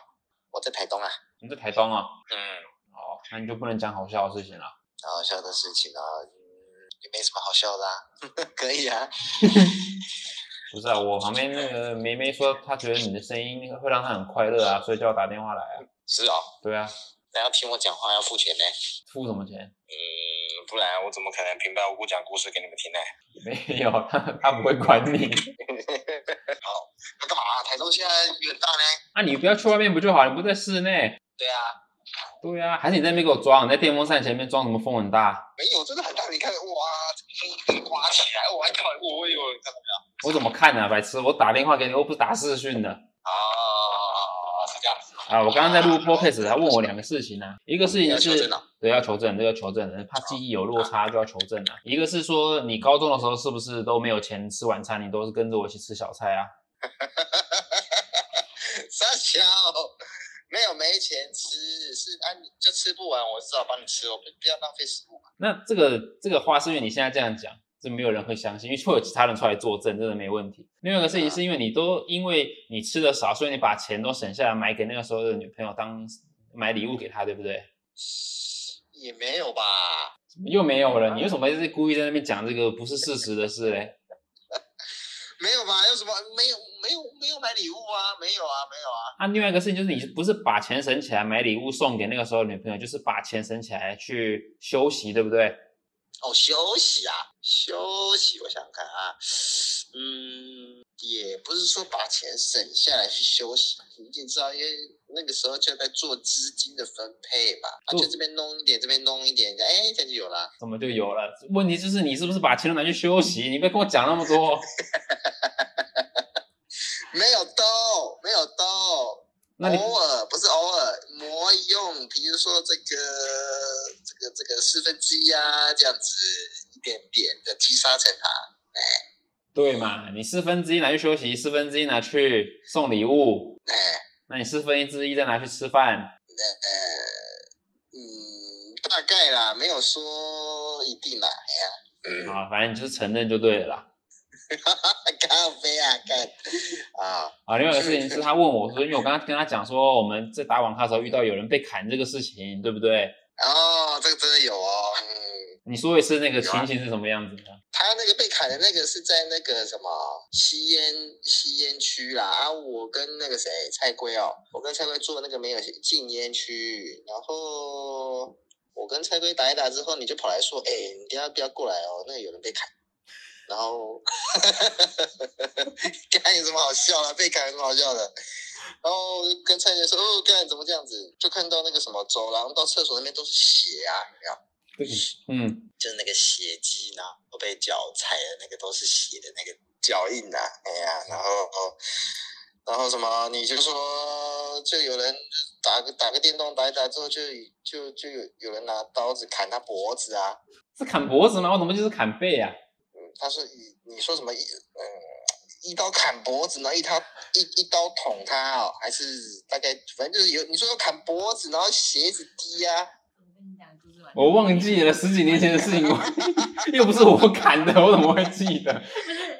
Speaker 3: 我在台东啊。
Speaker 1: 你在台东啊？
Speaker 3: 嗯，
Speaker 1: 哦，那你就不能讲好笑的事情了。
Speaker 3: 好笑的事情啊，嗯，也没什么好笑的、啊， 可以啊。
Speaker 1: 不是啊，我旁边那个梅梅说，她觉得你的声音会让她很快乐啊，所以叫我打电话来啊。
Speaker 3: 是哦，
Speaker 1: 对啊，
Speaker 3: 那要听我讲话要付钱呢。
Speaker 1: 付什么钱？
Speaker 3: 嗯，不然我怎么可能平白无故讲故事给你们听呢？
Speaker 1: 没有，她她不会管你。
Speaker 3: 好，那干嘛、啊台东现在雨很大呢。
Speaker 1: 啊，你不要去外面不就好？你不在室内。
Speaker 3: 对啊，
Speaker 1: 对啊，还是你在那边给我装？你在电风扇前面装什么风很大？
Speaker 3: 没有，真的很大。你看，哇，这个风刮起来，啊我还看我有看到没有？
Speaker 1: 我怎么看呢、白痴！我打电话给你，又不是打视讯的
Speaker 3: 啊，是这样子。
Speaker 1: 啊！我刚刚在录 podcast，他问我两个事情啊，一个事情
Speaker 3: 要求
Speaker 1: 是
Speaker 3: 证啊
Speaker 1: 对要求证，这要求证的，怕记忆有落差就要求证啊。一个是说你高中的时候是不是都没有钱吃晚餐，你都是跟着我一起吃小菜啊？
Speaker 3: 傻小，没有没钱吃，是啊，你就吃不完，我至少帮你吃，我哦不不要浪费食物嘛。
Speaker 1: 那这个这个话是因为你现在这样讲，这没有人会相信，因为会有其他人出来作证，真的没问题。另外一个事情是因为你都因为你吃的少，所以你把钱都省下来买给那个时候的女朋友当买礼物给她，对不对？
Speaker 3: 也没有吧，
Speaker 1: 怎么又没有了？你为什么一直故意在那边讲这个不是事实的事嘞？
Speaker 3: 没有吧？有什么没有没有没有买礼物啊？没有啊，没有啊。
Speaker 1: 啊，另外一个事情就是你不是把钱省起来买礼物送给那个时候的女朋友，就是把钱省起来去休息，对不对？
Speaker 3: 哦，休息啊，休息，我想想看啊，嗯，也不是说把钱省下来去休息，你也知道，因为那个时候就在做资金的分配嘛，啊，
Speaker 1: 做
Speaker 3: 就这边弄一点，这边弄一点，哎，这样就有了。
Speaker 1: 怎么就有了？问题就是你是不是把钱都拿去休息？你别跟我讲那么多。
Speaker 3: 没有兜，没有兜，
Speaker 1: 那你
Speaker 3: 偶尔不是偶尔挪用，比如说这个这个这个四分之一啊，这样子一点点的积沙成塔。
Speaker 1: 对嘛？你四分之一拿去休息，四分之一拿去送礼物，
Speaker 3: 哎
Speaker 1: 那你四分之一再拿去吃饭。
Speaker 3: 呃，嗯，大概啦，没有说一定啦。 哎呀，
Speaker 1: 啊，反正你就是承认就对了啦。
Speaker 3: 咖啡啊，干啊，
Speaker 1: 啊，另外一个事情是他问我说，因为我刚刚跟他讲说，我们在打网咖的时候遇到有人被砍这个事情，对不对？
Speaker 3: 哦，这个真的有哦，嗯，
Speaker 1: 你说一次那个情形是什么样子的？
Speaker 3: 他那个被砍的那个是在那个什么吸烟吸烟区啦，啊，我跟那个谁蔡圭哦，我跟蔡圭做那个没有禁烟区，然后我跟蔡圭打一打之后，你就跑来说，哎、你等一下不要过来哦，那个有人被砍，然后， 干有什么好笑的？被砍有什么好笑的？然后我就跟蔡圭说，哦，干怎么这样子？就看到那个什么走廊到厕所那边都是血啊，有没有？
Speaker 1: 嗯，
Speaker 3: 就是那个血迹呢，后被脚踩的那个都是血的那个脚印呐、啊，哎呀，然后哦，然后什么你就说就有人就打个打个电动打一打之后就就就有有人拿刀子砍他脖子啊，
Speaker 1: 是砍脖子吗？我怎么就是砍背啊？
Speaker 3: 嗯，他说你你说什么一嗯一刀砍脖子，然后一刀一一刀捅他哦，还是大概反正就是有你说砍脖子，然后血一直滴啊，
Speaker 2: 我跟你讲，就是完全
Speaker 1: 我忘记了十几年前的事情，我 又不是我砍的，我怎么会记得？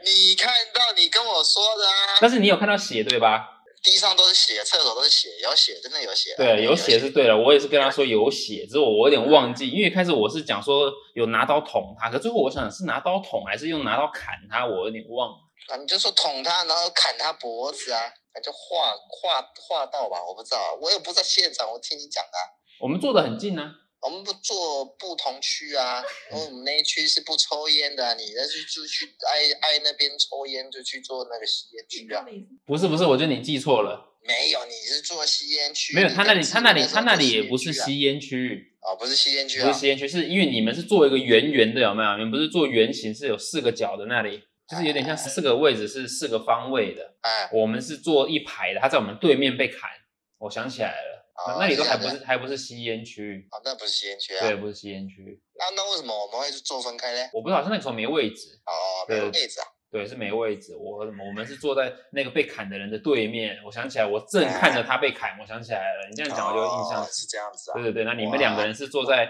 Speaker 3: 你看到你跟我说的啊。
Speaker 1: 但是你有看到血对吧？
Speaker 3: 地上都是血，厕所都是血，有血，真的有血啊。
Speaker 1: 对，有血是对了，我也是跟他说有血，只是我我有点忘记，因为一开始我是讲说有拿刀捅他，可最后我想是拿刀捅还是用拿刀砍他，我有点忘了。
Speaker 3: 啊，你就说捅他，然后砍他脖子啊，那就划划划到吧，我不知道啊，我也不在现场，我听你讲的啊。
Speaker 1: 我们坐的很近啊，
Speaker 3: 我们不做不同区啊，因为我们那一区是不抽烟的啊、你那是就去挨挨那边抽烟，就去做那个吸烟区啊。
Speaker 1: 不是不是，我觉得你记错了，
Speaker 3: 没有，你是做吸烟区。
Speaker 1: 没有
Speaker 3: 你
Speaker 1: 他那里
Speaker 3: 跟
Speaker 1: 他那里
Speaker 3: 时候
Speaker 1: 他那里也
Speaker 3: 烟
Speaker 1: 不是
Speaker 3: 区啊
Speaker 1: 吸烟区，
Speaker 3: 哦，不是吸烟区
Speaker 1: 不是
Speaker 3: 啊。
Speaker 1: 吸烟区，是因为你们是做一个圆圆的，有没有？你们不是做圆形，是有四个角的那里。就是有点像四个位置是四个方位的，
Speaker 3: 哎，
Speaker 1: 我们是坐一排的，他在我们对面被砍，我想起来了，
Speaker 3: 哦
Speaker 1: 那里都还不
Speaker 3: 这样
Speaker 1: 是还不是吸烟区，
Speaker 3: 哦，那不是吸烟区啊。
Speaker 1: 对，不是吸烟区，
Speaker 3: 那那为什么我们会是做分开呢？
Speaker 1: 我不知道，好像那个时候没位置，
Speaker 3: 哦，没有
Speaker 1: 对
Speaker 3: 位置啊。
Speaker 1: 对，是没位置，我我们是坐在那个被砍的人的对面，我想起来，我正看着他被砍，我想起来了，你这样讲我就有印象
Speaker 3: 哎哦，是这样子啊。
Speaker 1: 对对对，那你们两个人是坐在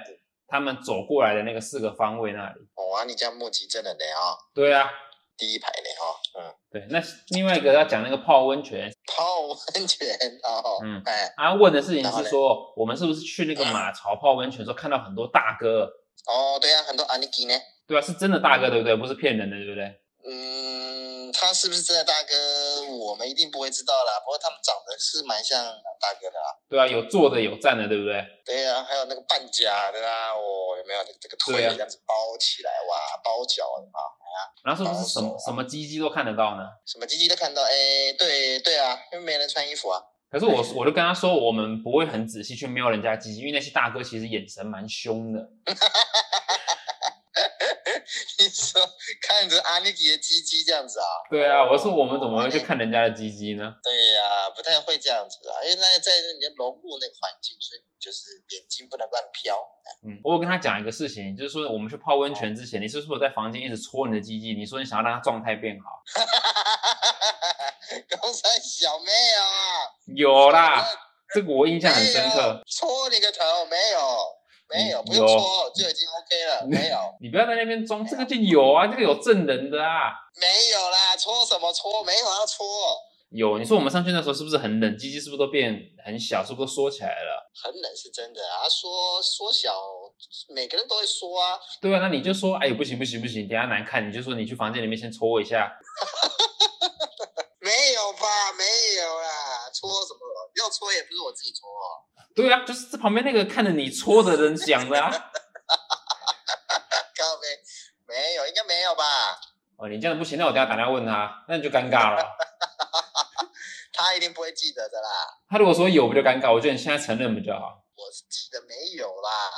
Speaker 1: 他们走过来的那个四个方位那里。
Speaker 3: 哦啊，你这样目击证人呢啊、哦，
Speaker 1: 对啊，
Speaker 3: 第一排呢啊、哦，嗯，
Speaker 1: 对。那另外一个要讲那个泡温泉，
Speaker 3: 泡温泉哦，
Speaker 1: 嗯
Speaker 3: 哎，
Speaker 1: 啊，问的事情
Speaker 3: 然后
Speaker 1: 是
Speaker 3: 嘞
Speaker 1: 说，我们是不是去那个马槽泡温泉的时候看到很多大哥？
Speaker 3: 哦对啊，很多阿尼基呢，
Speaker 1: 对啊，是真的大哥，对不对？不是骗人的，对不对？
Speaker 3: 嗯，他是不是真的大哥，我们一定不会知道啦。不过他们长得是蛮像大哥的啊，
Speaker 1: 对啊，有坐的，有站的，对不对？
Speaker 3: 对啊，还有那个半甲的啊，哦，有没有这个腿
Speaker 1: 对啊
Speaker 3: 这样子包起来哇，包脚啊，
Speaker 1: 然后是不是什
Speaker 3: 保守
Speaker 1: 么
Speaker 3: 啊
Speaker 1: 什么鸡鸡都看得到呢？
Speaker 3: 什么鸡鸡都看到，哎，对对啊，因为没人穿衣服啊，
Speaker 1: 可是我我就跟他说，我们不会很仔细去瞄人家鸡鸡，因为那些大哥其实眼神蛮凶的。
Speaker 3: 你说看着阿尼基的鸡鸡这样子啊？
Speaker 1: 对啊，我说我们怎么会去看人家的鸡鸡呢？
Speaker 3: 对呀、不太会这样子啊，因为那个在你要融入那个环境，所以就是眼睛不能乱飘。
Speaker 1: 嗯，我有跟他讲一个事情，就是说我们去泡温泉之前，你是不是在房间一直搓你的鸡鸡？你说你想要让它状态变好，
Speaker 3: 高山小妹啊，
Speaker 1: 有啦，这个我印象很深刻。
Speaker 3: 搓你个头没有？没有，
Speaker 1: 嗯
Speaker 3: 不用
Speaker 1: 有
Speaker 3: 搓就已经 OK 了，没有，
Speaker 1: 你不要在那边装，这个就有啊，这个有证人的啊，
Speaker 3: 没有啦，搓什么搓？没有要搓，
Speaker 1: 有。你说我们上去那时候是不是很冷？鸡鸡是不是都变很小？是不是都缩起来了？
Speaker 3: 很冷是真的啊，缩缩小，每个人都会缩啊，
Speaker 1: 对啊，那你就说，哎，不行不行不行，等一下难看，你就说你去房间里面先搓一下，
Speaker 3: 没有吧？没有啦，搓什么？要搓也不是我自己搓、哦。
Speaker 1: 对啊，就是这旁边那个看着你搓的人讲的啊。
Speaker 3: 靠背，没有，应该没有吧？
Speaker 1: 哦，你这样不行，那我等一下打电话问他，那你就尴尬了。
Speaker 3: 他一定不会记得的啦。
Speaker 1: 他如果说有，不就尴尬？我觉得你现在承认比较好
Speaker 3: 我是记得没有啦，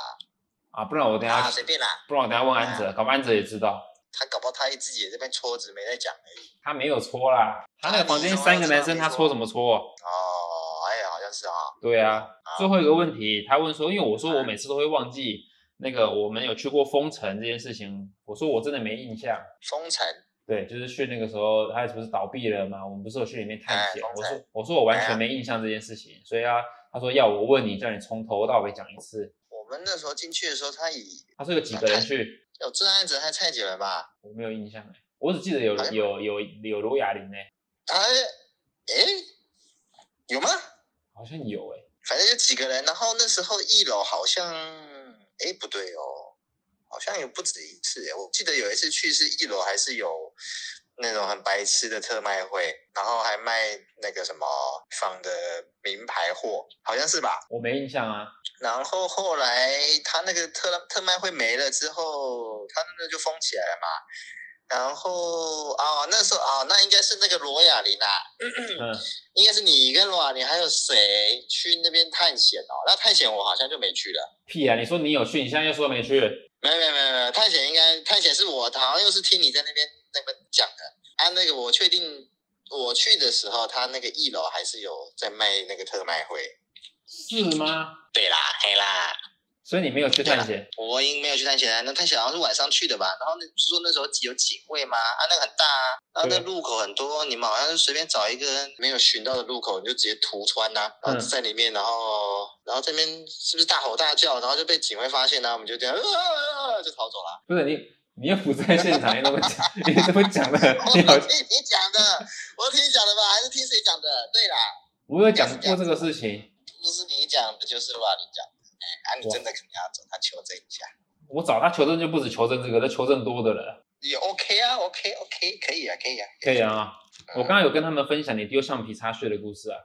Speaker 1: 啊，不然我等一下，
Speaker 3: 啊，随便啦。
Speaker 1: 不然我等一下问安哲，搞不好安哲也知道，
Speaker 3: 他搞不好他自己也在那边戳子，没在讲而已。
Speaker 1: 他没有搓啦。他那个房间三个男生，他搓什么搓？啊
Speaker 3: 哦，哎呀，好像是啊、哦。
Speaker 1: 对啊。最后一个问题，他问说，因为我说我每次都会忘记那个我们有去过封城这件事情，我说我真的没印象。
Speaker 3: 封城，
Speaker 1: 对，就是去那个时候，他不是倒闭了嘛？我们不是有去里面探险？
Speaker 3: 哎
Speaker 1: 我
Speaker 3: 风采
Speaker 1: 说我说我完
Speaker 3: 哎呀
Speaker 1: 全没印象这件事情，所以啊，他说要我问你，叫你从头到尾讲一次。
Speaker 3: 我们那时候进去的时候，他以
Speaker 1: 他说有几个人去，
Speaker 3: 有治安者和蔡姐们吧？
Speaker 1: 我没有印象哎，我只记得有
Speaker 3: 哎
Speaker 1: 有有有罗雅玲哎，
Speaker 3: 哎，哎，有吗？
Speaker 1: 好像有哎，
Speaker 3: 反正就几个人。然后那时候一楼好像，哎，不对哦，好像有不止一次耶。我记得有一次去是一楼还是有那种很白痴的特卖会，然后还卖那个什么仿的名牌货，好像是吧？
Speaker 1: 我没印象啊。
Speaker 3: 然后后来他那个特特卖会没了之后，他那个就封起来了嘛。然后啊、那时候啊、那应该是那个罗雅琳啊，
Speaker 1: 嗯，
Speaker 3: 应该是你跟罗瓦尼还有谁去那边探险哦？那探险我好像就没去了。
Speaker 1: 屁啊！你说你有去，你现在又说没去，
Speaker 3: 没有没有没有没有，探险应该探险是我好像又是听你在那边那边讲的啊。那个我确定我去的时候，他那个一楼还是有在卖那个特卖会。
Speaker 1: 是吗？
Speaker 3: 对啦，嘿啦，
Speaker 1: 所以你没有去探险，
Speaker 3: 我应没有去探险啊。那探险好像是晚上去的吧？然后那说那时候有警卫吗？啊，那个很大啊，然后
Speaker 1: 对
Speaker 3: 那路口很多，你们好像是随便找一个没有寻到的路口，你就直接涂穿呐、然后
Speaker 1: 嗯
Speaker 3: 在里面，然后然后这边是不是大吼大叫，然后就被警卫发现呢、我们就这样、啊、就逃走 了。
Speaker 1: 不是你你又不在现场，你怎么讲？你怎么讲的？
Speaker 3: 我
Speaker 1: 你好，
Speaker 3: 听你讲的，我听你讲的吧，还是听谁讲的？对啦，
Speaker 1: 我有讲过这个事情。
Speaker 3: 不是你讲的，就是吧？你讲的，哎，啊，你
Speaker 1: 哇
Speaker 3: 真的可能要找他求证一下，
Speaker 1: 我找他求证就不止求证这个，他求证多的了。
Speaker 3: 也 OK 啊，OK OK，可以啊，可以啊，
Speaker 1: 可以啊，
Speaker 3: 嗯
Speaker 1: 我刚刚有跟他们分享你丢橡皮擦屑的故事啊。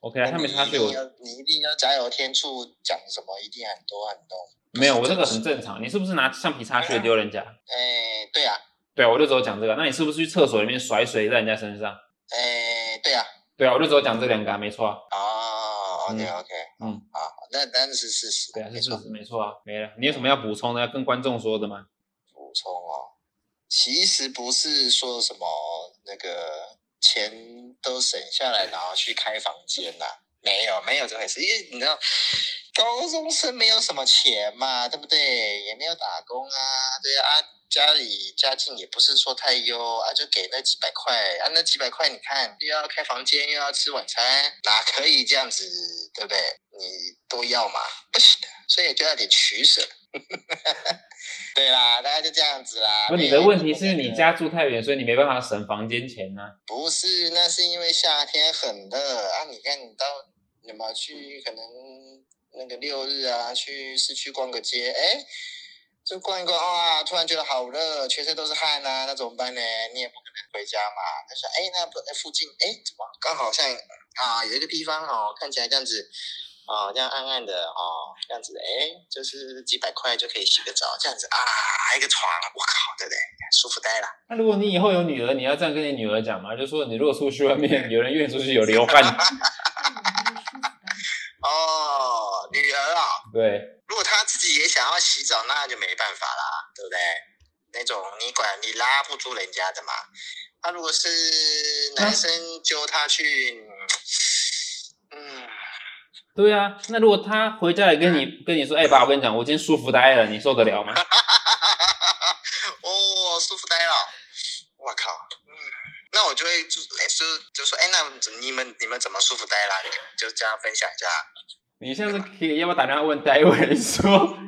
Speaker 1: OK 啊，橡皮擦
Speaker 3: 你一
Speaker 1: 屑
Speaker 3: 定
Speaker 1: 我
Speaker 3: 要，你一定要加油添醋，讲什么一定很多很多。
Speaker 1: 没有，我这个很正常。你是不是拿橡皮擦屑丢人家？
Speaker 3: 哎，对啊，
Speaker 1: 对啊，我就只有讲这个。那你是不是去厕所里面甩水在人家身上？
Speaker 3: 哎，对啊，
Speaker 1: 对啊，我就只有讲这两个、啊，没错啊。
Speaker 3: 哦，OK
Speaker 1: 嗯
Speaker 3: OK，
Speaker 1: 嗯，
Speaker 3: 啊，那那是事实，
Speaker 1: 对啊，
Speaker 3: 没
Speaker 1: 是
Speaker 3: 错
Speaker 1: 事实，没错啊，没了。你有什么要补充的，要跟观众说的吗？
Speaker 3: 补充哦，其实不是说什么那个钱都省下来，然后去开房间啦、没有没有这回事，因为你知道。高中生没有什么钱嘛，对不对？也没有打工啊，对啊，啊家里家境也不是说太优啊，就给那几百块啊，那几百块你看又要开房间又要吃晚餐，哪可以这样子，对不对？你都要嘛，不行的。所以就要点取舍。 对啦，大概就这样子啦。
Speaker 1: 不，你的问题是你家住太远，所以你没办法省房间钱啊呢、
Speaker 3: 不是，那是因为夏天很热啊。你看，你到你们去可能那个六日啊，去市区逛个街，哎，就逛一逛啊，突然觉得好热，全身都是汗啊，那怎么办呢？你也不可能回家嘛。就想，哎，那不那附近，哎，怎么刚好像啊有一个地方哦，看起来这样子。哦，这样暗暗的哦，这样子，哎，就是几百块就可以洗个澡，这样子啊，还有一个床，我靠，对不对？舒服呆了。
Speaker 1: 那如果你以后有女儿，你要这样跟你女儿讲吗？就说你如果出去外面， 有人约你出去有流汗，啊
Speaker 3: 哦，女儿啊、
Speaker 1: 对，
Speaker 3: 如果她自己也想要洗澡，那就没办法啦，对不对？那种你管你拉不住人家的嘛。他如果是男生揪她去，嗯，
Speaker 1: 对啊。那如果她回家来跟你跟你说，哎、爸，我跟你讲，我今天舒服呆了，你受得了吗？
Speaker 3: 哦，舒服呆了，我靠，嗯，那我就会就哎就就说哎，那你们你们怎么舒服呆啦？就这样分享一下。
Speaker 1: 你下次可以要不要打电话问戴维说？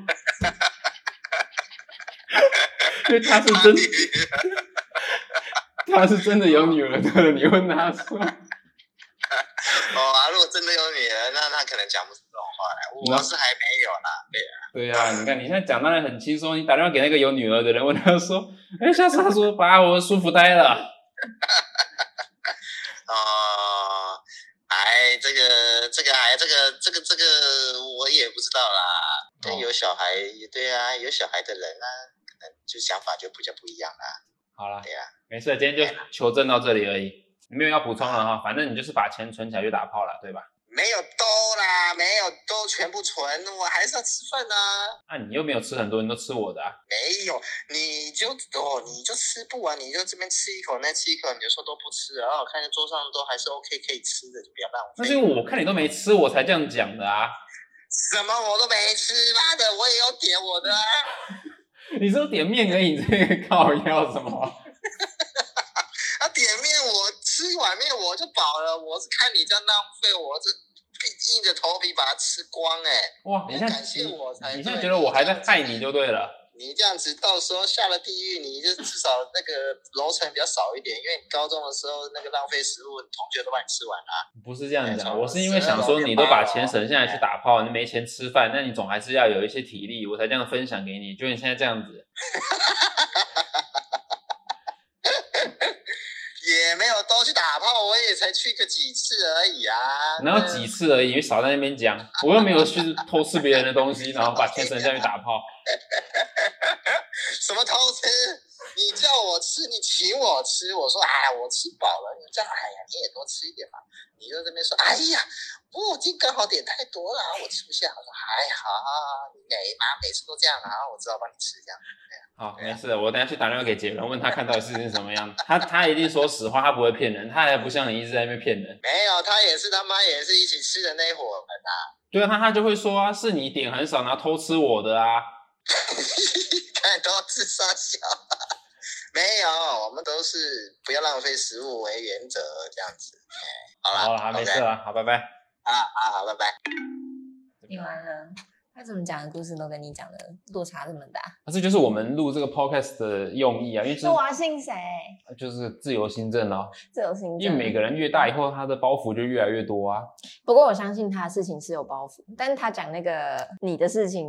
Speaker 1: 因为他是真，他是真的有女儿的，你问他说，
Speaker 3: 哦啊，如果真的有女儿，那他可能讲不出这种话来。我是还没有啦，对啊。
Speaker 1: 对啊，你看你现在讲当然很轻松，你打电话给那个有女儿的人，问他说，哎，下次他说，爸，我舒服呆了，
Speaker 3: 哦，哎，这个这个哎，这个这个这个我也不知道啦。但
Speaker 1: 哦
Speaker 3: 有小孩，对啊，有小孩的人啊，可能就想法就比较不一样啦。
Speaker 1: 好啦，
Speaker 3: 对啊，
Speaker 1: 没事，今天就求证到这里而已，没有要补充了哈，反正你就是把钱存起来就打炮了，对吧？
Speaker 3: 没有兜啦，没有兜，全部存，我还是要吃饭啊。
Speaker 1: 那、你又没有吃很多，你都吃我的啊，
Speaker 3: 没有，你就哦，你就吃不完，你就这边吃一口，那吃一口，你就说都不吃，然后我看见桌上都还是 OK 可以吃的，就不要浪费。
Speaker 1: 那是因为我看你都没吃，我才这样讲的啊。
Speaker 3: 什么我都没吃，妈的，我也有点我的啊。
Speaker 1: 你只有点面而已，你这个靠腰什么？
Speaker 3: 啊，点面我吃一碗面我就饱了，我是看你这样浪费，我这硬硬着头皮把它吃光哎、
Speaker 1: 哇，你
Speaker 3: 你
Speaker 1: 现在
Speaker 3: 感谢我才
Speaker 1: 你现在觉
Speaker 3: 对
Speaker 1: 得我还在害你就对了。
Speaker 3: 你这样子到时候下了地狱，你就至少那个楼层比较少一点，因为你高中的时候那个浪费食物，你同学都把你吃完了、
Speaker 1: 不是这样
Speaker 3: 哎
Speaker 1: 讲，
Speaker 3: 从
Speaker 1: 我是因为想说你都把钱省下来去打炮，你没钱吃饭，那你总还是要有一些体力，我才这样分享给你。就你现在这样子，
Speaker 3: 也没有都去打炮，我也才去个几次而已啊。
Speaker 1: 然后几次而已，你少在那边讲，我又没有去偷吃别人的东西，然后把钱省下去打炮。
Speaker 3: 什么偷吃？你叫我吃，你请我吃，我说哎，我吃饱了。你这样，哎呀，你也多吃一点嘛。你就这边说，哎呀，我今天刚好点太多了，啊我吃不下。我说还好，你每妈每次都这样啊，我只好帮你吃这样。
Speaker 1: 好，
Speaker 3: 对
Speaker 1: 没
Speaker 3: 啊
Speaker 1: 事，我等一下去打电话给杰伦，问他看到底事情是什么样。他他一定说实话，他不会骗人，他还不像你一直在那边骗人。
Speaker 3: 没有，他也是他妈也是一起吃的那一伙人啊。
Speaker 1: 对啊，他他就会说啊，是你点很少，然后偷吃我的啊。
Speaker 3: 看都智商小， 没有，我们都是不要浪费食物为原则这样子。哎，好
Speaker 1: 好
Speaker 3: 了，
Speaker 1: 了，好没
Speaker 3: OK
Speaker 1: 事了，好，拜拜。
Speaker 3: 啊啊，好，拜拜。
Speaker 2: 你完了，他怎么讲的故事都跟你讲的落差这么大，
Speaker 1: 那这就是我们录这个 podcast 的用意啊，因为这
Speaker 2: 那我要信谁？
Speaker 1: 就是自由新政啊，
Speaker 2: 这种心
Speaker 1: 因为每个人越大以后，他的包袱就越来越多啊。
Speaker 2: 不过我相信他的事情是有包袱，但是他讲那个你的事情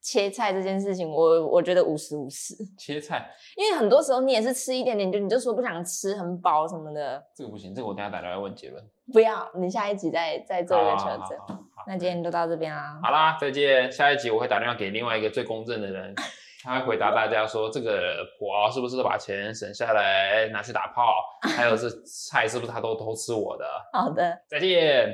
Speaker 2: 切菜这件事情，我我觉得五十五十，
Speaker 1: 切菜
Speaker 2: 因为很多时候你也是吃一点点，就你就说不想吃，很饱什么的，
Speaker 1: 这个不行，这个我等一下打电话问杰伦。
Speaker 2: 不要，你下一集再再做一个
Speaker 1: 好
Speaker 2: 求
Speaker 1: 好好
Speaker 2: 证。
Speaker 1: 好好
Speaker 2: 那今天就到这边啊啦，
Speaker 1: 好啦，再见。下一集我会打电话给另外一个最公正的人，他会回答大家说这个婆啊是不是都把钱省下来拿去打炮，还有这菜是不是他都偷吃我的。
Speaker 2: 好的。
Speaker 1: 再见。